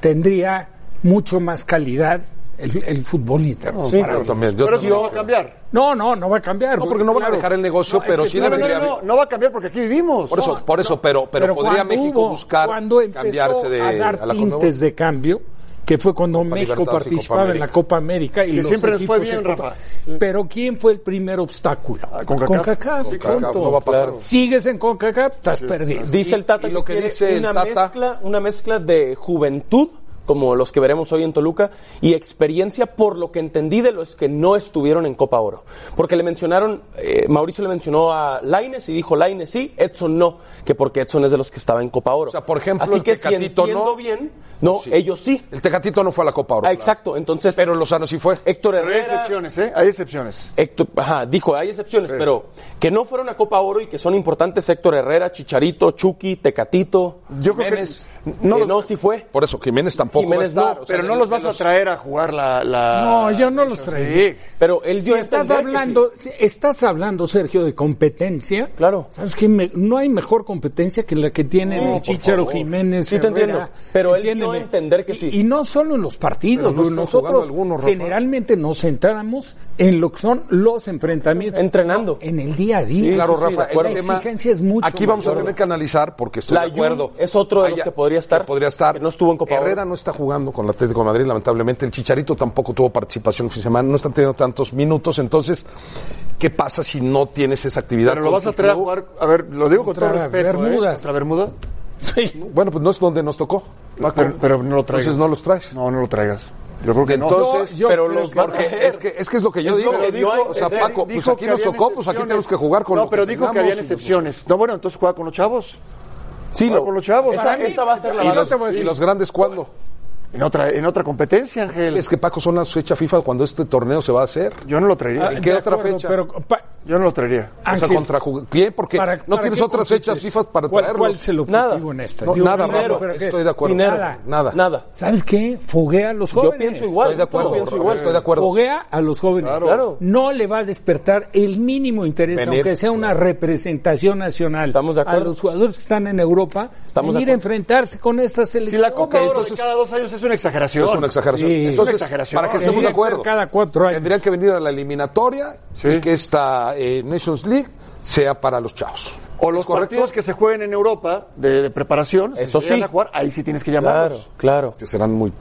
[SPEAKER 5] tendría mucho más calidad el, el fútbol internacional.
[SPEAKER 2] Sí, yo también, yo Pero si también no va a creo.
[SPEAKER 4] cambiar.
[SPEAKER 5] No, no, no va a cambiar.
[SPEAKER 2] No, porque no van a dejar el negocio, pero sí le
[SPEAKER 4] no, no,
[SPEAKER 2] vendría
[SPEAKER 4] no,
[SPEAKER 2] bien.
[SPEAKER 4] no, no va a cambiar porque aquí vivimos.
[SPEAKER 2] Por eso, por eso, pero, pero,
[SPEAKER 5] Pero
[SPEAKER 2] podría
[SPEAKER 5] cuando
[SPEAKER 2] México
[SPEAKER 5] hubo-
[SPEAKER 2] buscar
[SPEAKER 5] cuando empezó
[SPEAKER 2] cambiarse de
[SPEAKER 5] a dar
[SPEAKER 2] la Conmebol.
[SPEAKER 5] tintes de cambio que fue cuando México
[SPEAKER 2] Libertadores y Copa
[SPEAKER 5] participaba en la
[SPEAKER 2] América.
[SPEAKER 5] Copa América y
[SPEAKER 4] Que
[SPEAKER 5] los
[SPEAKER 4] siempre nos fue
[SPEAKER 5] equipos en
[SPEAKER 4] bien,
[SPEAKER 5] Copa-
[SPEAKER 4] Rafa.
[SPEAKER 5] Pero quién fue el primer obstáculo?
[SPEAKER 2] Ah,
[SPEAKER 4] Concacaf.
[SPEAKER 5] Concacaf,
[SPEAKER 2] Concacaf,
[SPEAKER 5] punto.
[SPEAKER 2] no va a pasar.
[SPEAKER 5] Claro. Sigues en Concacaf, estás perdido.
[SPEAKER 3] Dice el Tata que, quiere una mezcla, una mezcla de juventud como los que veremos hoy en Toluca y experiencia por lo que entendí de los que no estuvieron en Copa Oro, porque le mencionaron eh, Mauricio le mencionó a Laines y dijo Laines sí, Edson no, que porque Edson es de los que estaba en Copa Oro. O sea, por
[SPEAKER 2] ejemplo,
[SPEAKER 3] así
[SPEAKER 2] el
[SPEAKER 3] que si
[SPEAKER 2] Tecatito
[SPEAKER 3] entiendo
[SPEAKER 2] no.
[SPEAKER 3] bien, no, ellos sí.
[SPEAKER 2] El Tecatito no fue a la Copa Oro.
[SPEAKER 3] Ah, exacto, entonces
[SPEAKER 2] Pero Lozano sí fue.
[SPEAKER 3] Héctor
[SPEAKER 4] Pero hay
[SPEAKER 3] Herrera
[SPEAKER 4] excepciones, ¿eh? Hay excepciones.
[SPEAKER 3] Héctor- ajá, dijo, hay excepciones, pero que no fueron a Copa Oro y que son importantes Héctor Herrera, Chicharito, Chucky, Tecatito.
[SPEAKER 4] Yo creo
[SPEAKER 3] que no, sí fue.
[SPEAKER 2] Por eso Jiménez tampoco va a
[SPEAKER 3] Jiménez
[SPEAKER 2] estar.
[SPEAKER 3] no,
[SPEAKER 2] o sea,
[SPEAKER 3] pero
[SPEAKER 2] de
[SPEAKER 3] no los vas a
[SPEAKER 4] traer a jugar la...
[SPEAKER 5] No, yo no los traía.
[SPEAKER 3] Pero él
[SPEAKER 5] Si
[SPEAKER 3] dio a
[SPEAKER 5] estás
[SPEAKER 3] entender que
[SPEAKER 5] hablando, si estás hablando, Sergio, de competencia. Claro. Sabes que no hay mejor competencia que la que tienen
[SPEAKER 3] No, por
[SPEAKER 5] Chicharo
[SPEAKER 3] favor.
[SPEAKER 5] Jiménez.
[SPEAKER 3] Sí, te
[SPEAKER 5] Herrera.
[SPEAKER 3] entiendo, pero él dio a
[SPEAKER 5] Entiéndeme.
[SPEAKER 3] entender que
[SPEAKER 5] Y-
[SPEAKER 3] sí.
[SPEAKER 5] Y, no solo en los partidos.
[SPEAKER 3] Pero no
[SPEAKER 5] Luis,
[SPEAKER 3] están
[SPEAKER 5] nosotros
[SPEAKER 3] jugando algunos, Rafa.
[SPEAKER 5] generalmente nos centramos en lo que son los enfrentamientos.
[SPEAKER 3] Entrenando.
[SPEAKER 5] En el día a día.
[SPEAKER 2] Sí, claro,
[SPEAKER 5] Sí, sí,
[SPEAKER 2] Rafa,
[SPEAKER 5] de acuerdo.
[SPEAKER 2] el
[SPEAKER 5] la
[SPEAKER 2] tema-
[SPEAKER 5] exigencia es mucho.
[SPEAKER 2] Aquí vamos a
[SPEAKER 5] mayor.
[SPEAKER 2] tener que analizar porque estoy
[SPEAKER 3] La
[SPEAKER 2] de acuerdo.
[SPEAKER 3] Jun es otro de los que podría estar.
[SPEAKER 2] podría estar.
[SPEAKER 3] no estuvo en Copa Oro.
[SPEAKER 2] Herrera no está jugando con la Atlético de Madrid, lamentablemente. El Chicharito tampoco tuvo participación el fin de semana. No están teniendo tantos minutos. Entonces, ¿qué pasa si no tienes esa actividad?
[SPEAKER 4] Pero lo
[SPEAKER 2] con
[SPEAKER 4] vas
[SPEAKER 2] tu
[SPEAKER 4] a traer a
[SPEAKER 2] club?
[SPEAKER 4] jugar... A ver, lo digo con todo
[SPEAKER 2] Contra
[SPEAKER 4] respeto.
[SPEAKER 2] Bermudas.
[SPEAKER 4] ¿La Bermuda?
[SPEAKER 2] ¿eh? Bueno, pues no es donde nos tocó. Paco.
[SPEAKER 4] Pero, pero no lo traigas.
[SPEAKER 2] Entonces no los traes.
[SPEAKER 4] No, no lo traigas. Yo creo que no.
[SPEAKER 2] Entonces,
[SPEAKER 4] Yo- yo creo que-
[SPEAKER 2] porque es que es que es lo que yo
[SPEAKER 4] Es
[SPEAKER 2] digo.
[SPEAKER 4] lo que dijo-
[SPEAKER 2] o sea,
[SPEAKER 4] es-
[SPEAKER 2] Paco,
[SPEAKER 4] dijo
[SPEAKER 2] pues aquí
[SPEAKER 4] que
[SPEAKER 2] nos
[SPEAKER 4] habían
[SPEAKER 2] tocó, pues aquí
[SPEAKER 4] excepciones.
[SPEAKER 2] tenemos que jugar con
[SPEAKER 4] No,
[SPEAKER 2] lo
[SPEAKER 4] pero dijo que
[SPEAKER 2] tengamos
[SPEAKER 4] había
[SPEAKER 2] y-
[SPEAKER 4] excepciones. No, bueno, entonces juega con los chavos.
[SPEAKER 3] Sí,
[SPEAKER 4] juega
[SPEAKER 3] lo-
[SPEAKER 4] con los chavos.
[SPEAKER 3] esa- esa va a ser la
[SPEAKER 2] y
[SPEAKER 3] base.
[SPEAKER 2] los, y los grandes cuándo?
[SPEAKER 4] En otra en otra competencia, Ángel.
[SPEAKER 2] Es que Paco son las fechas FIFA cuando este torneo se va a hacer.
[SPEAKER 4] Yo no lo traería.
[SPEAKER 2] ¿En qué
[SPEAKER 5] De
[SPEAKER 2] otra
[SPEAKER 5] acuerdo,
[SPEAKER 2] fecha?
[SPEAKER 5] pero, pa-
[SPEAKER 4] Yo no lo traería.
[SPEAKER 2] o
[SPEAKER 5] Ángel,
[SPEAKER 2] sea, contra jug- ¿Qué? Porque
[SPEAKER 5] ¿para-
[SPEAKER 2] no
[SPEAKER 5] para
[SPEAKER 2] tienes
[SPEAKER 5] qué
[SPEAKER 2] otras fechas
[SPEAKER 5] compites?
[SPEAKER 2] FIFA para
[SPEAKER 5] ¿Cuál-
[SPEAKER 2] traerlos.
[SPEAKER 5] ¿Cuál es el objetivo en esta?
[SPEAKER 2] No,
[SPEAKER 5] Digo,
[SPEAKER 2] nada,
[SPEAKER 5] dinero,
[SPEAKER 2] Rafa,
[SPEAKER 5] pero ¿qué?
[SPEAKER 2] estoy de acuerdo.
[SPEAKER 5] Nada.
[SPEAKER 2] Nada.
[SPEAKER 3] Nada.
[SPEAKER 5] ¿Sabes qué? Foguea a los
[SPEAKER 3] Yo
[SPEAKER 5] jóvenes.
[SPEAKER 3] pienso igual,
[SPEAKER 2] Estoy de acuerdo,
[SPEAKER 3] yo pienso
[SPEAKER 2] Rafa,
[SPEAKER 3] igual.
[SPEAKER 2] estoy de acuerdo.
[SPEAKER 5] Foguea a los jóvenes.
[SPEAKER 3] Claro. Claro.
[SPEAKER 5] No le va a despertar el mínimo interés,
[SPEAKER 3] Venir.
[SPEAKER 5] aunque sea una representación nacional.
[SPEAKER 3] Estamos de acuerdo.
[SPEAKER 5] A los jugadores que están en Europa,
[SPEAKER 3] Estamos de
[SPEAKER 5] venir a enfrentarse con esta selección.
[SPEAKER 4] Si la Copa Oro de cada dos años es una exageración.
[SPEAKER 2] Es una exageración.
[SPEAKER 5] Sí.
[SPEAKER 4] Es una
[SPEAKER 2] Entonces,
[SPEAKER 4] exageración.
[SPEAKER 2] para que estemos de
[SPEAKER 5] Tendría que
[SPEAKER 2] acuerdo,
[SPEAKER 5] ser cada cuatro años.
[SPEAKER 2] tendrían que venir a la eliminatoria y que esta eh, Nations League sea para los chavos.
[SPEAKER 4] O los partidos que se jueguen en Europa de, de preparación, si
[SPEAKER 2] Eso
[SPEAKER 4] se llegan
[SPEAKER 2] sí.
[SPEAKER 4] a jugar, ahí sí tienes que llamarlos.
[SPEAKER 3] Claro.
[SPEAKER 2] Que serán muy.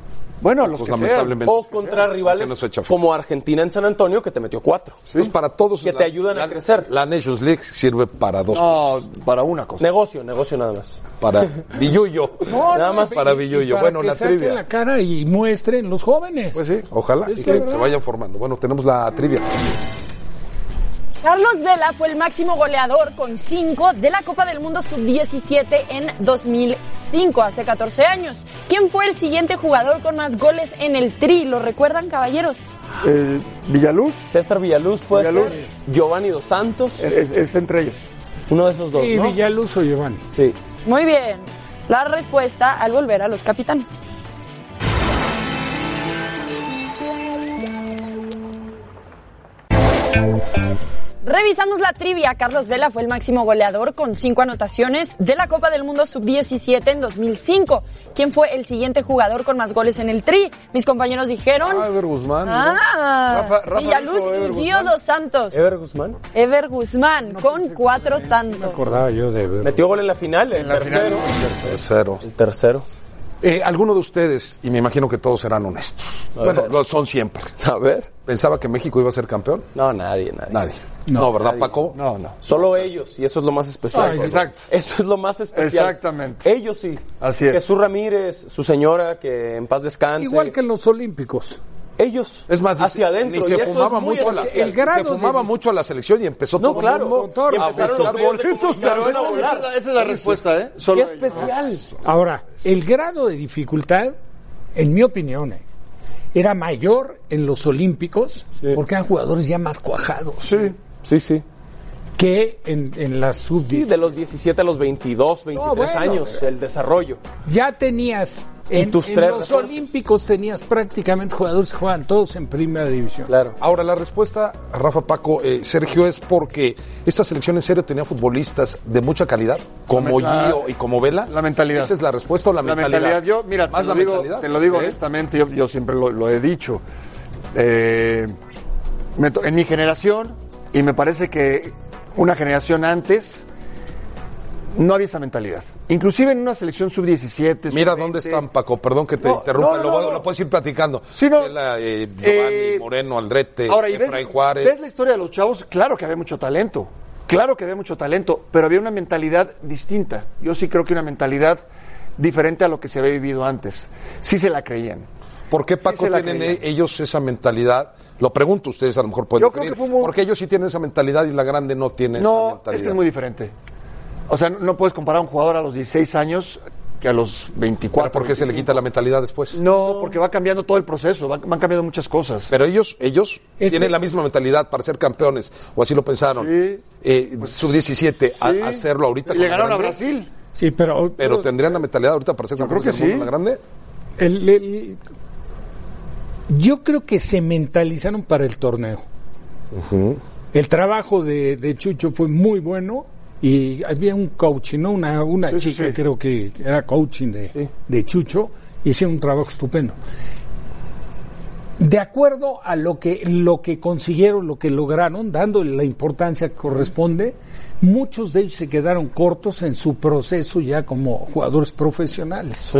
[SPEAKER 4] Bueno, los
[SPEAKER 2] Pues,
[SPEAKER 4] que sean.
[SPEAKER 2] lamentablemente.
[SPEAKER 3] O contra rivales como Argentina en San Antonio, que te metió cuatro.
[SPEAKER 2] Entonces, para todos.
[SPEAKER 3] Que
[SPEAKER 2] la-
[SPEAKER 3] te ayudan a crecer.
[SPEAKER 2] La Nations League sirve para dos.
[SPEAKER 4] No, para una cosa.
[SPEAKER 3] Negocio, negocio nada más.
[SPEAKER 2] Para
[SPEAKER 4] *laughs*
[SPEAKER 2] Villuyo.
[SPEAKER 3] Nada más.
[SPEAKER 2] Para
[SPEAKER 5] y- y
[SPEAKER 2] Villuyo.
[SPEAKER 5] para
[SPEAKER 2] bueno,
[SPEAKER 5] que
[SPEAKER 2] la
[SPEAKER 5] saquen
[SPEAKER 2] trivia.
[SPEAKER 5] la cara y muestren los jóvenes.
[SPEAKER 2] Pues sí, ojalá.
[SPEAKER 5] Es
[SPEAKER 2] y
[SPEAKER 5] la
[SPEAKER 2] que
[SPEAKER 5] verdad.
[SPEAKER 2] se vayan formando. Bueno, tenemos la trivia.
[SPEAKER 10] Carlos Vela fue el máximo goleador con 5 de la Copa del Mundo Sub-17 en 2005, hace 14 años. ¿Quién fue el siguiente jugador con más goles en el tri? ¿Lo recuerdan, caballeros?
[SPEAKER 4] Eh, Villaluz.
[SPEAKER 3] César Villaluz puede ser. Giovanni Dos Santos.
[SPEAKER 4] Es, es entre ellos.
[SPEAKER 3] Uno de esos dos.
[SPEAKER 5] Sí,
[SPEAKER 3] ¿no?
[SPEAKER 5] Villaluz o Giovanni.
[SPEAKER 3] Sí.
[SPEAKER 10] Muy bien. La respuesta al volver a los capitanes. Revisamos la trivia. Carlos Vela fue el máximo goleador con cinco anotaciones de la Copa del Mundo Sub-17 en 2005. ¿Quién fue el siguiente jugador con más goles en el tri? Mis compañeros dijeron.
[SPEAKER 2] Ah, Ever Guzmán. mira.
[SPEAKER 10] Ah,
[SPEAKER 2] Rafa- Rafa
[SPEAKER 10] Villaluz
[SPEAKER 2] dijo Ever
[SPEAKER 10] y Gio
[SPEAKER 2] Guzmán. pues,
[SPEAKER 10] dos Santos.
[SPEAKER 3] Ever Guzmán.
[SPEAKER 10] Ever Guzmán con cuatro tantos.
[SPEAKER 2] Acordaba yo de
[SPEAKER 3] Metió gol en la final, el tercero.
[SPEAKER 2] Tercero. El
[SPEAKER 3] tercero.
[SPEAKER 2] Eh, alguno de ustedes, y me imagino que todos serán honestos. bueno, lo son siempre.
[SPEAKER 3] A ver.
[SPEAKER 2] ¿Pensaba que México iba a ser campeón?
[SPEAKER 3] No, nadie, nadie.
[SPEAKER 2] Nadie. No, ¿verdad, Paco?
[SPEAKER 4] No, no.
[SPEAKER 3] Solo ellos, y eso es lo más especial.
[SPEAKER 2] Ay,
[SPEAKER 4] exacto.
[SPEAKER 3] Eso es lo más especial.
[SPEAKER 4] Exactamente.
[SPEAKER 3] Ellos sí.
[SPEAKER 4] Así es.
[SPEAKER 3] Jesús Ramírez, su señora, que en paz descanse.
[SPEAKER 5] Igual que en los Olímpicos.
[SPEAKER 3] Ellos.
[SPEAKER 2] Es más, dice,
[SPEAKER 3] hacia adentro.
[SPEAKER 2] ni se
[SPEAKER 3] y eso
[SPEAKER 2] fumaba
[SPEAKER 3] es muy
[SPEAKER 2] mucho la,
[SPEAKER 3] especial.
[SPEAKER 2] se fumaba mucho a la selección y empezó
[SPEAKER 3] No,
[SPEAKER 2] todo
[SPEAKER 3] claro,
[SPEAKER 2] el mundo
[SPEAKER 3] con todo
[SPEAKER 2] a
[SPEAKER 3] respeto.
[SPEAKER 2] buscar
[SPEAKER 3] Empezaron los medios de
[SPEAKER 2] boletos.
[SPEAKER 3] comunicación
[SPEAKER 2] Pero
[SPEAKER 3] a
[SPEAKER 2] esa-
[SPEAKER 3] volar.
[SPEAKER 2] esa- esa es la respuesta, ¿eh? Solo
[SPEAKER 3] Qué
[SPEAKER 2] ellos.
[SPEAKER 3] especial.
[SPEAKER 5] Ahora, el grado de dificultad, en mi opinión, eh, era mayor en los Olímpicos porque eran jugadores ya más cuajados.
[SPEAKER 3] Sí, sí, sí.
[SPEAKER 5] Que en, en las sub
[SPEAKER 3] Sí, de los 17 a los 22, 23
[SPEAKER 5] No, bueno,
[SPEAKER 3] años,
[SPEAKER 5] pero-
[SPEAKER 3] el desarrollo.
[SPEAKER 5] Ya tenías.
[SPEAKER 3] Y
[SPEAKER 5] En,
[SPEAKER 3] tus
[SPEAKER 5] en
[SPEAKER 3] tres
[SPEAKER 5] los
[SPEAKER 3] refuerzos.
[SPEAKER 5] Olímpicos tenías prácticamente jugadores que jugaban todos en primera división.
[SPEAKER 3] Claro.
[SPEAKER 2] Ahora, la respuesta, Rafa Paco, eh, Sergio, es porque esta selección en serio tenía futbolistas de mucha calidad, como
[SPEAKER 4] La-
[SPEAKER 2] Gio y como Vela. La
[SPEAKER 4] mentalidad.
[SPEAKER 2] ¿Esa es la respuesta o la,
[SPEAKER 4] La mentalidad, yo, mira,
[SPEAKER 2] más
[SPEAKER 4] te,
[SPEAKER 2] la
[SPEAKER 4] lo digo,
[SPEAKER 2] mentalidad.
[SPEAKER 4] te lo digo
[SPEAKER 2] ¿Eh?
[SPEAKER 4] honestamente, yo, yo siempre lo, lo he dicho. Eh, me to- en mi generación, y me parece que una generación antes, no había esa mentalidad. Inclusive en una selección sub-17.
[SPEAKER 2] Mira dónde están, Paco, perdón que te
[SPEAKER 4] no,
[SPEAKER 2] interrumpa, lo,
[SPEAKER 4] no,
[SPEAKER 2] voy-
[SPEAKER 4] no.
[SPEAKER 2] lo puedes ir platicando. Vela, eh, Giovanni,
[SPEAKER 4] Eh,
[SPEAKER 2] Moreno, Aldrete,
[SPEAKER 4] Ahora, ¿y ves,
[SPEAKER 2] Efraín Juárez.
[SPEAKER 4] ves la historia de los chavos? Claro que había mucho talento. Claro que había mucho talento, pero había una mentalidad distinta. Yo sí creo que una mentalidad diferente a lo que se había vivido antes. Sí se la creían.
[SPEAKER 2] ¿Por qué
[SPEAKER 4] Sí
[SPEAKER 2] Paco
[SPEAKER 4] se la
[SPEAKER 2] tienen
[SPEAKER 4] creían.
[SPEAKER 2] e- ellos esa mentalidad? Lo pregunto, ustedes a lo mejor pueden
[SPEAKER 4] Yo creo
[SPEAKER 2] definir.
[SPEAKER 4] que fue muy-
[SPEAKER 2] Porque ellos sí tienen esa mentalidad y la grande no tiene esa
[SPEAKER 4] No,
[SPEAKER 2] mentalidad.
[SPEAKER 4] es que es muy diferente. O sea, no, no puedes comparar a un jugador a los 16 años que a los 24.
[SPEAKER 2] Pero ¿Por qué se le quita la mentalidad después?
[SPEAKER 4] No, porque va cambiando todo el proceso, va- van cambiando muchas cosas.
[SPEAKER 2] Pero ellos, ellos
[SPEAKER 4] Este-
[SPEAKER 2] tienen la misma mentalidad para ser campeones, o así lo pensaron. Eh, sub-17, a-
[SPEAKER 4] sí.
[SPEAKER 2] hacerlo ahorita.
[SPEAKER 4] Y
[SPEAKER 2] con
[SPEAKER 4] le
[SPEAKER 2] la
[SPEAKER 4] ganaron a
[SPEAKER 2] grande.
[SPEAKER 4] Brasil.
[SPEAKER 5] Sí, pero.
[SPEAKER 2] Pero tendrían la mentalidad ahorita para ser campeones
[SPEAKER 5] creo que
[SPEAKER 2] del mundo con
[SPEAKER 5] sí.
[SPEAKER 2] la grande.
[SPEAKER 5] El- el- yo creo que se mentalizaron para el torneo. El trabajo de, de Chucho fue muy bueno y había un coaching, ¿no? una, una
[SPEAKER 4] Sí, sí,
[SPEAKER 5] chica
[SPEAKER 4] sí.
[SPEAKER 5] creo que era coaching de, de Chucho, hicieron un trabajo estupendo. De acuerdo a lo que, lo que consiguieron, lo que lograron, dando la importancia que corresponde, muchos de ellos se quedaron cortos en su proceso ya como jugadores profesionales.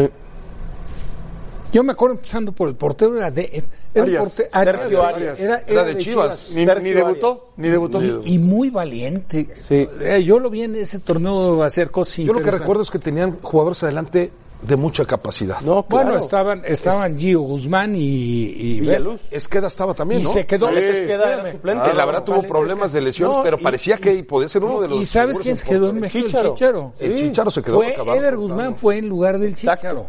[SPEAKER 5] Yo me acuerdo empezando por el portero, era de. Era un
[SPEAKER 4] Arias.
[SPEAKER 5] porte-
[SPEAKER 4] Sergio Arias.
[SPEAKER 5] Era,
[SPEAKER 4] Era de Chivas. Ni-
[SPEAKER 5] Sergio
[SPEAKER 4] ni debutó, ni debutó.
[SPEAKER 5] Y, y muy valiente. Eh, Yo lo vi en ese torneo hacer cosas
[SPEAKER 2] Yo lo que
[SPEAKER 5] interesantes.
[SPEAKER 2] recuerdo es que tenían jugadores adelante de mucha capacidad.
[SPEAKER 5] No,
[SPEAKER 2] claro.
[SPEAKER 5] Bueno, estaban, estaban Gio Guzmán y. y
[SPEAKER 2] Villaluz. Esqueda estaba también,
[SPEAKER 5] Y
[SPEAKER 2] ¿no?
[SPEAKER 5] se quedó.
[SPEAKER 2] Sí.
[SPEAKER 3] Esqueda era
[SPEAKER 5] espérame.
[SPEAKER 3] suplente.
[SPEAKER 2] Que la verdad tuvo problemas de lesiones,
[SPEAKER 5] No,
[SPEAKER 2] pero
[SPEAKER 5] y-
[SPEAKER 2] parecía que podía ser uno de los.
[SPEAKER 5] ¿Y sabes
[SPEAKER 2] figuras
[SPEAKER 5] quién se quedó en México?
[SPEAKER 2] importantes.
[SPEAKER 5] El Chicharo.
[SPEAKER 2] El
[SPEAKER 5] Sí.
[SPEAKER 2] Chicharo se quedó
[SPEAKER 5] Fue
[SPEAKER 2] acabado.
[SPEAKER 5] Ever Guzmán fue en lugar del Chicharo.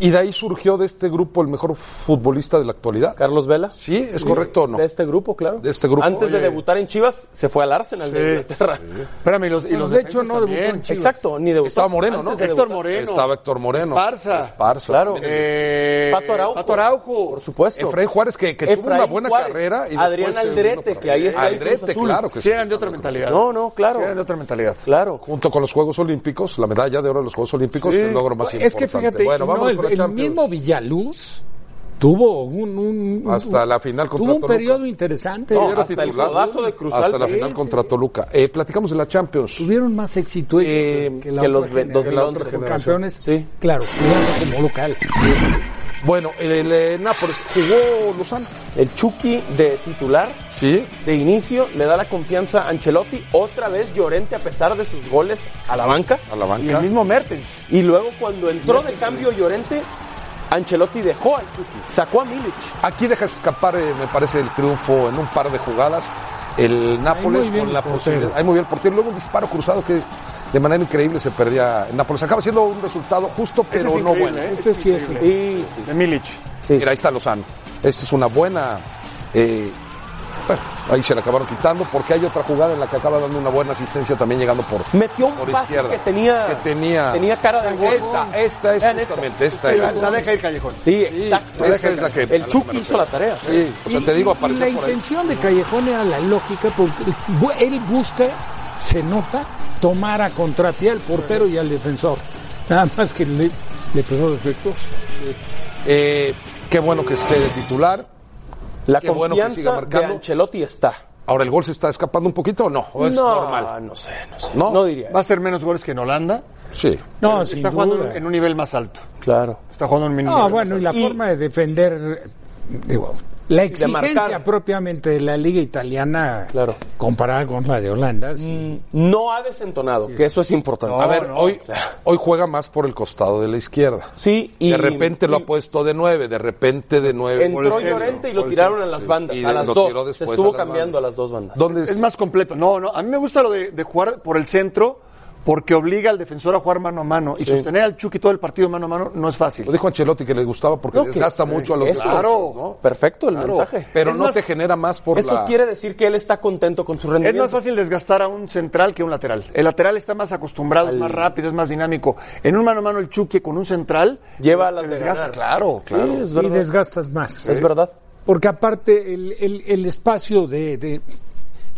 [SPEAKER 2] Y de ahí surgió de este grupo el mejor futbolista de la actualidad.
[SPEAKER 3] Carlos Vela.
[SPEAKER 2] Sí, es correcto o no.
[SPEAKER 3] De este grupo, claro.
[SPEAKER 2] De este grupo.
[SPEAKER 3] Antes de
[SPEAKER 2] Oye.
[SPEAKER 3] debutar en Chivas, se fue al Arsenal de Inglaterra.
[SPEAKER 4] Espérame, y los, y los
[SPEAKER 5] Pues de hecho,
[SPEAKER 4] defensas
[SPEAKER 5] no debutó
[SPEAKER 4] también.
[SPEAKER 5] en Chivas.
[SPEAKER 3] Exacto, ni debutó.
[SPEAKER 2] Estaba Moreno, ¿no?
[SPEAKER 3] Antes de
[SPEAKER 4] Héctor
[SPEAKER 3] debutar.
[SPEAKER 4] Moreno.
[SPEAKER 2] Estaba Héctor Moreno.
[SPEAKER 4] Esparza.
[SPEAKER 2] Esparza.
[SPEAKER 3] Claro.
[SPEAKER 4] Eh,
[SPEAKER 3] Pato Araujo.
[SPEAKER 4] Pato Araujo.
[SPEAKER 3] Por supuesto.
[SPEAKER 2] Efraín Juárez, que, que tuvo
[SPEAKER 3] Efraín
[SPEAKER 2] una buena
[SPEAKER 3] Juárez,
[SPEAKER 2] carrera. Y
[SPEAKER 3] Adrián
[SPEAKER 2] después se
[SPEAKER 3] Aldrete,
[SPEAKER 2] vino para-
[SPEAKER 3] que ahí está en Cruz
[SPEAKER 2] Aldrete,
[SPEAKER 3] Azul.
[SPEAKER 2] claro. Que
[SPEAKER 4] Sí,
[SPEAKER 2] sí.
[SPEAKER 4] eran de otra mentalidad.
[SPEAKER 3] No, no, claro.
[SPEAKER 4] Sí, eran de otra mentalidad.
[SPEAKER 3] Claro.
[SPEAKER 2] Junto con los Juegos Olímpicos, la medalla de oro de los Juegos Olímpicos es el logro más
[SPEAKER 5] es
[SPEAKER 2] importante.
[SPEAKER 5] que fíjate,
[SPEAKER 2] bueno,
[SPEAKER 5] no,
[SPEAKER 2] vamos
[SPEAKER 5] el,
[SPEAKER 2] con la
[SPEAKER 5] el
[SPEAKER 2] Champions.
[SPEAKER 5] mismo Villaluz tuvo un. un- un-
[SPEAKER 2] Hasta la final contra
[SPEAKER 5] Tuvo un
[SPEAKER 2] Toluca.
[SPEAKER 5] periodo interesante.
[SPEAKER 2] Sí,
[SPEAKER 5] Era
[SPEAKER 2] era
[SPEAKER 3] hasta el
[SPEAKER 2] titular.
[SPEAKER 3] codazo de Cruz
[SPEAKER 2] Hasta la
[SPEAKER 3] Alta.
[SPEAKER 2] final
[SPEAKER 3] Sí,
[SPEAKER 2] contra Toluca. Eh, platicamos de la Champions.
[SPEAKER 5] tuvieron más éxito ellos
[SPEAKER 2] Eh,
[SPEAKER 5] que, la
[SPEAKER 3] que
[SPEAKER 5] otra
[SPEAKER 3] los ve-
[SPEAKER 5] generación.
[SPEAKER 3] 2011.
[SPEAKER 5] Por campeones,
[SPEAKER 3] Sí.
[SPEAKER 5] claro, jugando como local.
[SPEAKER 2] Bueno, el, eh, Nápoles jugó Lozano.
[SPEAKER 3] El Chucky de titular,
[SPEAKER 2] Sí.
[SPEAKER 3] de inicio, le da la confianza a Ancelotti. Otra vez Llorente, a pesar de sus goles, a la banca.
[SPEAKER 2] A la
[SPEAKER 4] Y el
[SPEAKER 2] banca.
[SPEAKER 4] mismo Mertens.
[SPEAKER 3] Y luego, cuando entró de cambio Llorente, Ancelotti dejó al Chucky. Sacó a Milic.
[SPEAKER 2] Aquí deja escapar, eh, me parece, el triunfo en un par de jugadas. El Nápoles
[SPEAKER 5] muy bien
[SPEAKER 2] con la
[SPEAKER 5] el portero.
[SPEAKER 2] posibilidad. Ahí muy bien el portero. Luego un disparo cruzado que de manera increíble se perdía el Nápoles. Acaba siendo un resultado justo, pero
[SPEAKER 4] Ese es
[SPEAKER 2] no
[SPEAKER 4] increíble,
[SPEAKER 2] bueno.
[SPEAKER 4] ¿eh?
[SPEAKER 5] Este sí es.
[SPEAKER 3] Y, sí,
[SPEAKER 4] De Milic.
[SPEAKER 2] Mira, ahí está Lozano. Esa es una buena Eh, bueno, ahí se la acabaron quitando porque hay otra jugada en la que acaba dando una buena asistencia también llegando por
[SPEAKER 3] Metió un
[SPEAKER 2] por
[SPEAKER 3] pase
[SPEAKER 2] izquierda.
[SPEAKER 3] que tenía,
[SPEAKER 2] Que tenía-
[SPEAKER 3] tenía cara de gol.
[SPEAKER 4] Ah,
[SPEAKER 2] Esta, esta es
[SPEAKER 3] Vean
[SPEAKER 2] justamente esta. era.
[SPEAKER 3] ir callejón. Sí, exacto.
[SPEAKER 2] Esta es la que- a la
[SPEAKER 3] el
[SPEAKER 2] que
[SPEAKER 3] Chucky
[SPEAKER 2] me
[SPEAKER 3] hizo la tarea.
[SPEAKER 2] Sí, o sea,
[SPEAKER 5] Y-
[SPEAKER 2] te digo,
[SPEAKER 5] y- y
[SPEAKER 2] apareció
[SPEAKER 5] la
[SPEAKER 2] por ahí.
[SPEAKER 5] intención de Callejón era la lógica, porque él bu- él busca, se nota, tomar a contrapié al portero y al defensor. Nada más que le, le pegó defectuoso.
[SPEAKER 2] Eh, qué bueno que esté de titular.
[SPEAKER 3] La
[SPEAKER 2] Qué bueno que
[SPEAKER 3] confianza
[SPEAKER 2] siga marcando.
[SPEAKER 3] de Ancelotti está.
[SPEAKER 2] Ahora, ¿el gol se está escapando un poquito o no? ¿O Oh, es
[SPEAKER 3] No,
[SPEAKER 2] normal?
[SPEAKER 3] no sé, no
[SPEAKER 2] sé. ¿No?
[SPEAKER 3] diría.
[SPEAKER 4] ¿Va a ser menos goles que en Holanda?
[SPEAKER 2] Sí.
[SPEAKER 5] No,
[SPEAKER 4] Pero
[SPEAKER 5] sin
[SPEAKER 4] Está jugando
[SPEAKER 5] duda.
[SPEAKER 4] en un nivel más alto.
[SPEAKER 3] Claro.
[SPEAKER 4] Está jugando en un nivel
[SPEAKER 5] Ah,
[SPEAKER 4] más
[SPEAKER 5] bueno, y la
[SPEAKER 4] alto.
[SPEAKER 5] forma de defender, digo, la
[SPEAKER 4] Y de marcar.
[SPEAKER 5] exigencia propiamente de la liga italiana comparada con la de Holanda.
[SPEAKER 2] Mm.
[SPEAKER 5] sí.
[SPEAKER 3] No ha desentonado, que eso es importante.
[SPEAKER 2] a ver, hoy, hoy juega más por el costado de la izquierda.
[SPEAKER 3] Sí, y-
[SPEAKER 2] De repente lo ha puesto de nueve, de repente de nueve.
[SPEAKER 3] Entró Llorente y lo tiraron a las bandas, a las dos. Se estuvo cambiando a las dos bandas.
[SPEAKER 4] Es más completo. No, no. A mí me gusta lo de, de jugar por el centro porque obliga al defensor a jugar mano a mano y
[SPEAKER 2] Sí.
[SPEAKER 4] sostener al Chucky todo el partido mano a mano no es fácil.
[SPEAKER 2] Lo dijo Ancelotti que le gustaba porque
[SPEAKER 4] No, que-
[SPEAKER 2] desgasta mucho a los
[SPEAKER 4] eso,
[SPEAKER 2] defensores,
[SPEAKER 4] claro.
[SPEAKER 2] ¿no?
[SPEAKER 3] Perfecto el
[SPEAKER 2] Claro.
[SPEAKER 3] mensaje.
[SPEAKER 2] Pero
[SPEAKER 3] Es
[SPEAKER 2] no
[SPEAKER 3] más,
[SPEAKER 2] te genera más por
[SPEAKER 3] eso
[SPEAKER 2] la...
[SPEAKER 3] quiere decir que él está contento con su
[SPEAKER 4] Es
[SPEAKER 3] rendimiento.
[SPEAKER 4] más fácil desgastar a un central que a un lateral. El lateral está más acostumbrado, es más rápido, es más dinámico. En un mano a mano el Chucky con un central
[SPEAKER 5] Lleva
[SPEAKER 4] te
[SPEAKER 5] a las de
[SPEAKER 4] desgasta.
[SPEAKER 5] ganar.
[SPEAKER 4] Claro, claro.
[SPEAKER 5] y desgastas más. ¿eh?
[SPEAKER 4] Es
[SPEAKER 3] verdad.
[SPEAKER 5] Porque aparte el, el- el espacio de, de-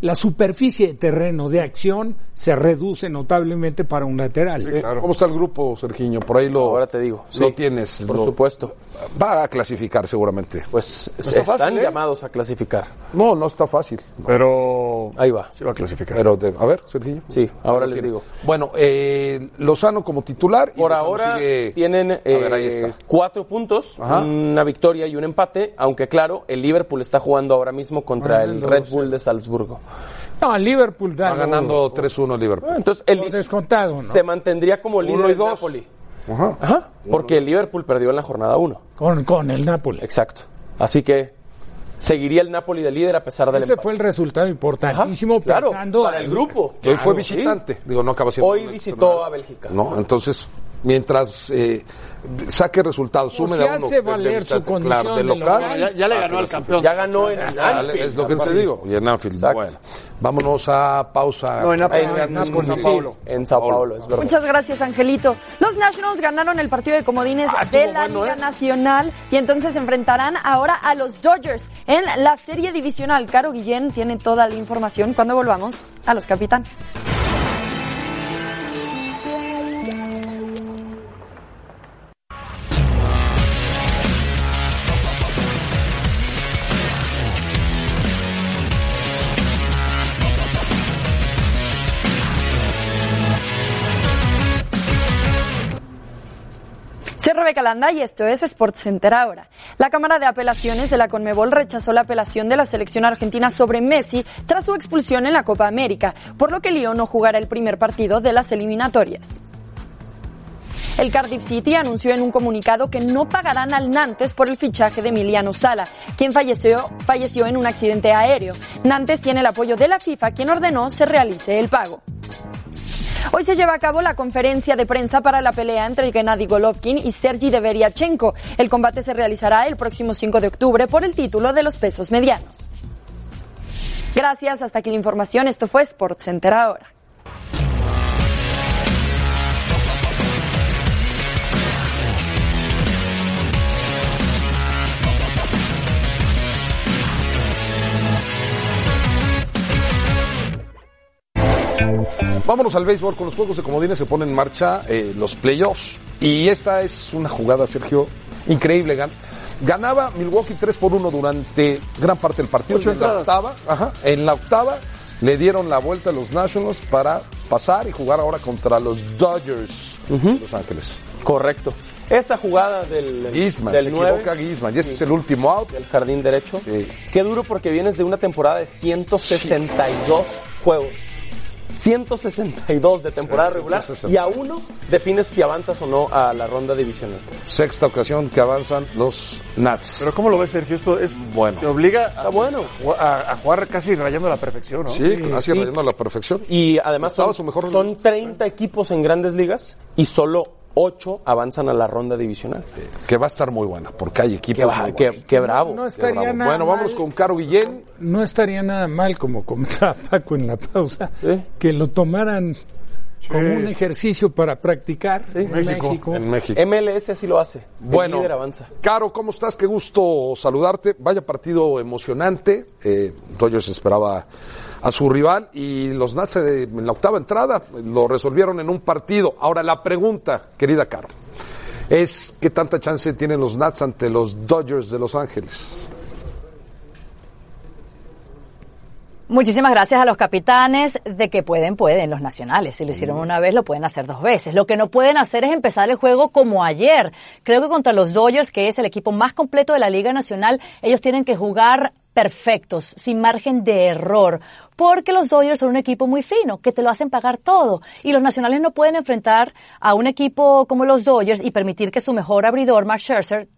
[SPEAKER 5] la superficie de terreno de acción se reduce notablemente para un lateral.
[SPEAKER 2] Eh, ¿Cómo está el grupo, Sergiño? Por ahí lo... Ahora
[SPEAKER 3] te digo.
[SPEAKER 2] Lo
[SPEAKER 3] Sí,
[SPEAKER 2] tienes.
[SPEAKER 3] por
[SPEAKER 2] lo-
[SPEAKER 3] supuesto.
[SPEAKER 2] Va a clasificar seguramente.
[SPEAKER 3] Pues
[SPEAKER 2] está
[SPEAKER 3] están
[SPEAKER 2] fácil, ¿eh?
[SPEAKER 3] llamados a clasificar.
[SPEAKER 2] No, no está fácil.
[SPEAKER 4] Pero...
[SPEAKER 3] Ahí va.
[SPEAKER 4] Se va a clasificar.
[SPEAKER 2] Pero, de- a ver, Sergiño.
[SPEAKER 3] Sí, ahora
[SPEAKER 2] Lo
[SPEAKER 3] les
[SPEAKER 2] tienes.
[SPEAKER 3] digo.
[SPEAKER 2] Bueno, eh, Lozano como titular. y
[SPEAKER 3] Por
[SPEAKER 2] Lozano
[SPEAKER 3] ahora
[SPEAKER 2] sigue-
[SPEAKER 3] tienen eh,
[SPEAKER 2] ver, ahí está.
[SPEAKER 3] cuatro puntos,
[SPEAKER 2] Ajá.
[SPEAKER 3] una victoria y un empate, aunque claro, el Liverpool está jugando ahora mismo contra el
[SPEAKER 5] Ganando
[SPEAKER 3] Red Bull de Salzburgo. Ah,
[SPEAKER 5] No, el Liverpool da
[SPEAKER 2] Va ganando 3-1 Liverpool.
[SPEAKER 3] Entonces el
[SPEAKER 5] descontado, ¿no?
[SPEAKER 3] se mantendría como líder
[SPEAKER 5] Uno y
[SPEAKER 3] el
[SPEAKER 5] dos.
[SPEAKER 3] Napoli.
[SPEAKER 2] Ajá.
[SPEAKER 3] Porque el Liverpool perdió en la jornada 1.
[SPEAKER 5] Con, con el Napoli.
[SPEAKER 3] Exacto. Así que seguiría el Napoli de líder a pesar del
[SPEAKER 5] Ese
[SPEAKER 3] empate.
[SPEAKER 5] fue el resultado importantísimo
[SPEAKER 3] claro,
[SPEAKER 5] pensando
[SPEAKER 3] para el grupo.
[SPEAKER 2] Que hoy fue
[SPEAKER 3] Claro,
[SPEAKER 2] visitante. Digo, no acaba siendo.
[SPEAKER 3] Hoy
[SPEAKER 2] un
[SPEAKER 3] visitó a Bélgica.
[SPEAKER 2] No, entonces, mientras eh, saque resultados,
[SPEAKER 5] O
[SPEAKER 2] sume
[SPEAKER 5] se
[SPEAKER 2] de a uno.
[SPEAKER 5] hace
[SPEAKER 2] de- de
[SPEAKER 5] valer su
[SPEAKER 2] visitante,
[SPEAKER 5] condición
[SPEAKER 2] claro,
[SPEAKER 5] de local. Ya- ya le
[SPEAKER 2] Ah,
[SPEAKER 5] ganó
[SPEAKER 2] que
[SPEAKER 5] al
[SPEAKER 2] lo
[SPEAKER 5] campeón.
[SPEAKER 3] Ya ganó en
[SPEAKER 2] supe. Ah,
[SPEAKER 3] Anfield.
[SPEAKER 2] Es lo que te digo. Y en Anfield. Bueno, vámonos a pausa.
[SPEAKER 4] No, en Napoli,
[SPEAKER 2] Ahí,
[SPEAKER 4] en
[SPEAKER 2] antes,
[SPEAKER 4] Napoli,
[SPEAKER 2] Sao
[SPEAKER 4] sí.
[SPEAKER 2] Paulo.
[SPEAKER 3] En Sao Paulo, es verdad.
[SPEAKER 10] Muchas gracias, Angelito. Los Nationals ganaron el partido de comodines de la Liga Nacional y entonces se enfrentarán ahora a los Dodgers en la serie divisional. Caro Guillén tiene toda la información cuando volvamos a los capitanes. Soy Rebeca Landa y esto es Sports Center ahora. La Cámara de Apelaciones de la Conmebol rechazó la apelación de la selección argentina sobre Messi tras su expulsión en la Copa América, por lo que Leo no jugará el primer partido de las eliminatorias. El Cardiff City anunció en un comunicado que no pagarán al Nantes por el fichaje de Emiliano Sala, quien falleció, falleció en un accidente aéreo. Nantes tiene el apoyo de la FIFA, quien ordenó se realice el pago. Hoy se lleva a cabo la conferencia de prensa para la pelea entre Gennady Golovkin y Sergi Deveriachenko. El combate se realizará el próximo 5 de octubre por el título de los pesos medianos. Gracias, hasta aquí la información. Esto fue Sports Center ahora.
[SPEAKER 2] Vámonos al béisbol con los juegos de comodines. Se ponen en marcha eh, los playoffs. Y esta es una jugada, Sergio, increíble. Gan- Ganaba Milwaukee 3 por 1 durante gran parte del partido.
[SPEAKER 4] Ocho
[SPEAKER 2] en la
[SPEAKER 4] entradas.
[SPEAKER 2] octava, ajá, en la octava le dieron la vuelta a los Nationals para pasar y jugar ahora contra los Dodgers de Los Ángeles.
[SPEAKER 3] Correcto. Esa jugada del
[SPEAKER 2] Gisman,
[SPEAKER 3] del
[SPEAKER 2] se
[SPEAKER 3] nueve.
[SPEAKER 2] equivoca Gisman. Y este es el último out.
[SPEAKER 3] El jardín derecho. Qué duro porque vienes de una temporada de 162 juegos. 162 de temporada regular y a uno defines si avanzas o no a la ronda divisional.
[SPEAKER 2] Sexta ocasión que avanzan los Nats.
[SPEAKER 4] Pero ¿cómo lo ves, Sergio? Esto es
[SPEAKER 2] bueno.
[SPEAKER 4] Te obliga a,
[SPEAKER 3] bueno.
[SPEAKER 4] a, a jugar casi rayando a la perfección, ¿no?
[SPEAKER 2] Sí, así rayando a la perfección.
[SPEAKER 3] Y además son, son 30 equipos en grandes ligas y solo ocho avanzan a la ronda divisional.
[SPEAKER 2] Que va a estar muy buena, porque hay equipos.
[SPEAKER 3] Qué, va-
[SPEAKER 2] muy
[SPEAKER 3] qué-
[SPEAKER 2] buenos.
[SPEAKER 3] qué bravo.
[SPEAKER 5] No estaría
[SPEAKER 2] bravo.
[SPEAKER 5] nada
[SPEAKER 2] Bueno, vamos
[SPEAKER 5] mal.
[SPEAKER 2] con Caro Guillén.
[SPEAKER 5] No estaría nada mal, como comentaba *laughs* Paco en la pausa, que lo tomaran como un ejercicio para practicar en México.
[SPEAKER 2] En México.
[SPEAKER 3] MLS así lo hace.
[SPEAKER 2] Bueno,
[SPEAKER 3] El líder avanza.
[SPEAKER 2] Caro, ¿cómo estás? Qué gusto saludarte. Vaya partido emocionante. Eh, Dodgers esperaba a su rival y los Nats eh, en la octava entrada lo resolvieron en un partido. Ahora, la pregunta, querida Caro, es ¿qué tanta chance tienen los Nats ante los Dodgers de Los Ángeles?
[SPEAKER 15] Muchísimas gracias a los capitanes de que pueden, pueden, los nacionales. Si lo hicieron una vez, lo pueden hacer dos veces. Lo que no pueden hacer es empezar el juego como ayer. Creo que contra los Dodgers, que es el equipo más completo de la Liga Nacional, ellos tienen que jugar perfectos, sin margen de error, porque los Dodgers son un equipo muy fino, que te lo hacen pagar todo. Y los nacionales no pueden enfrentar a un equipo como los Dodgers y permitir que su mejor abridor, Mark Scherzer,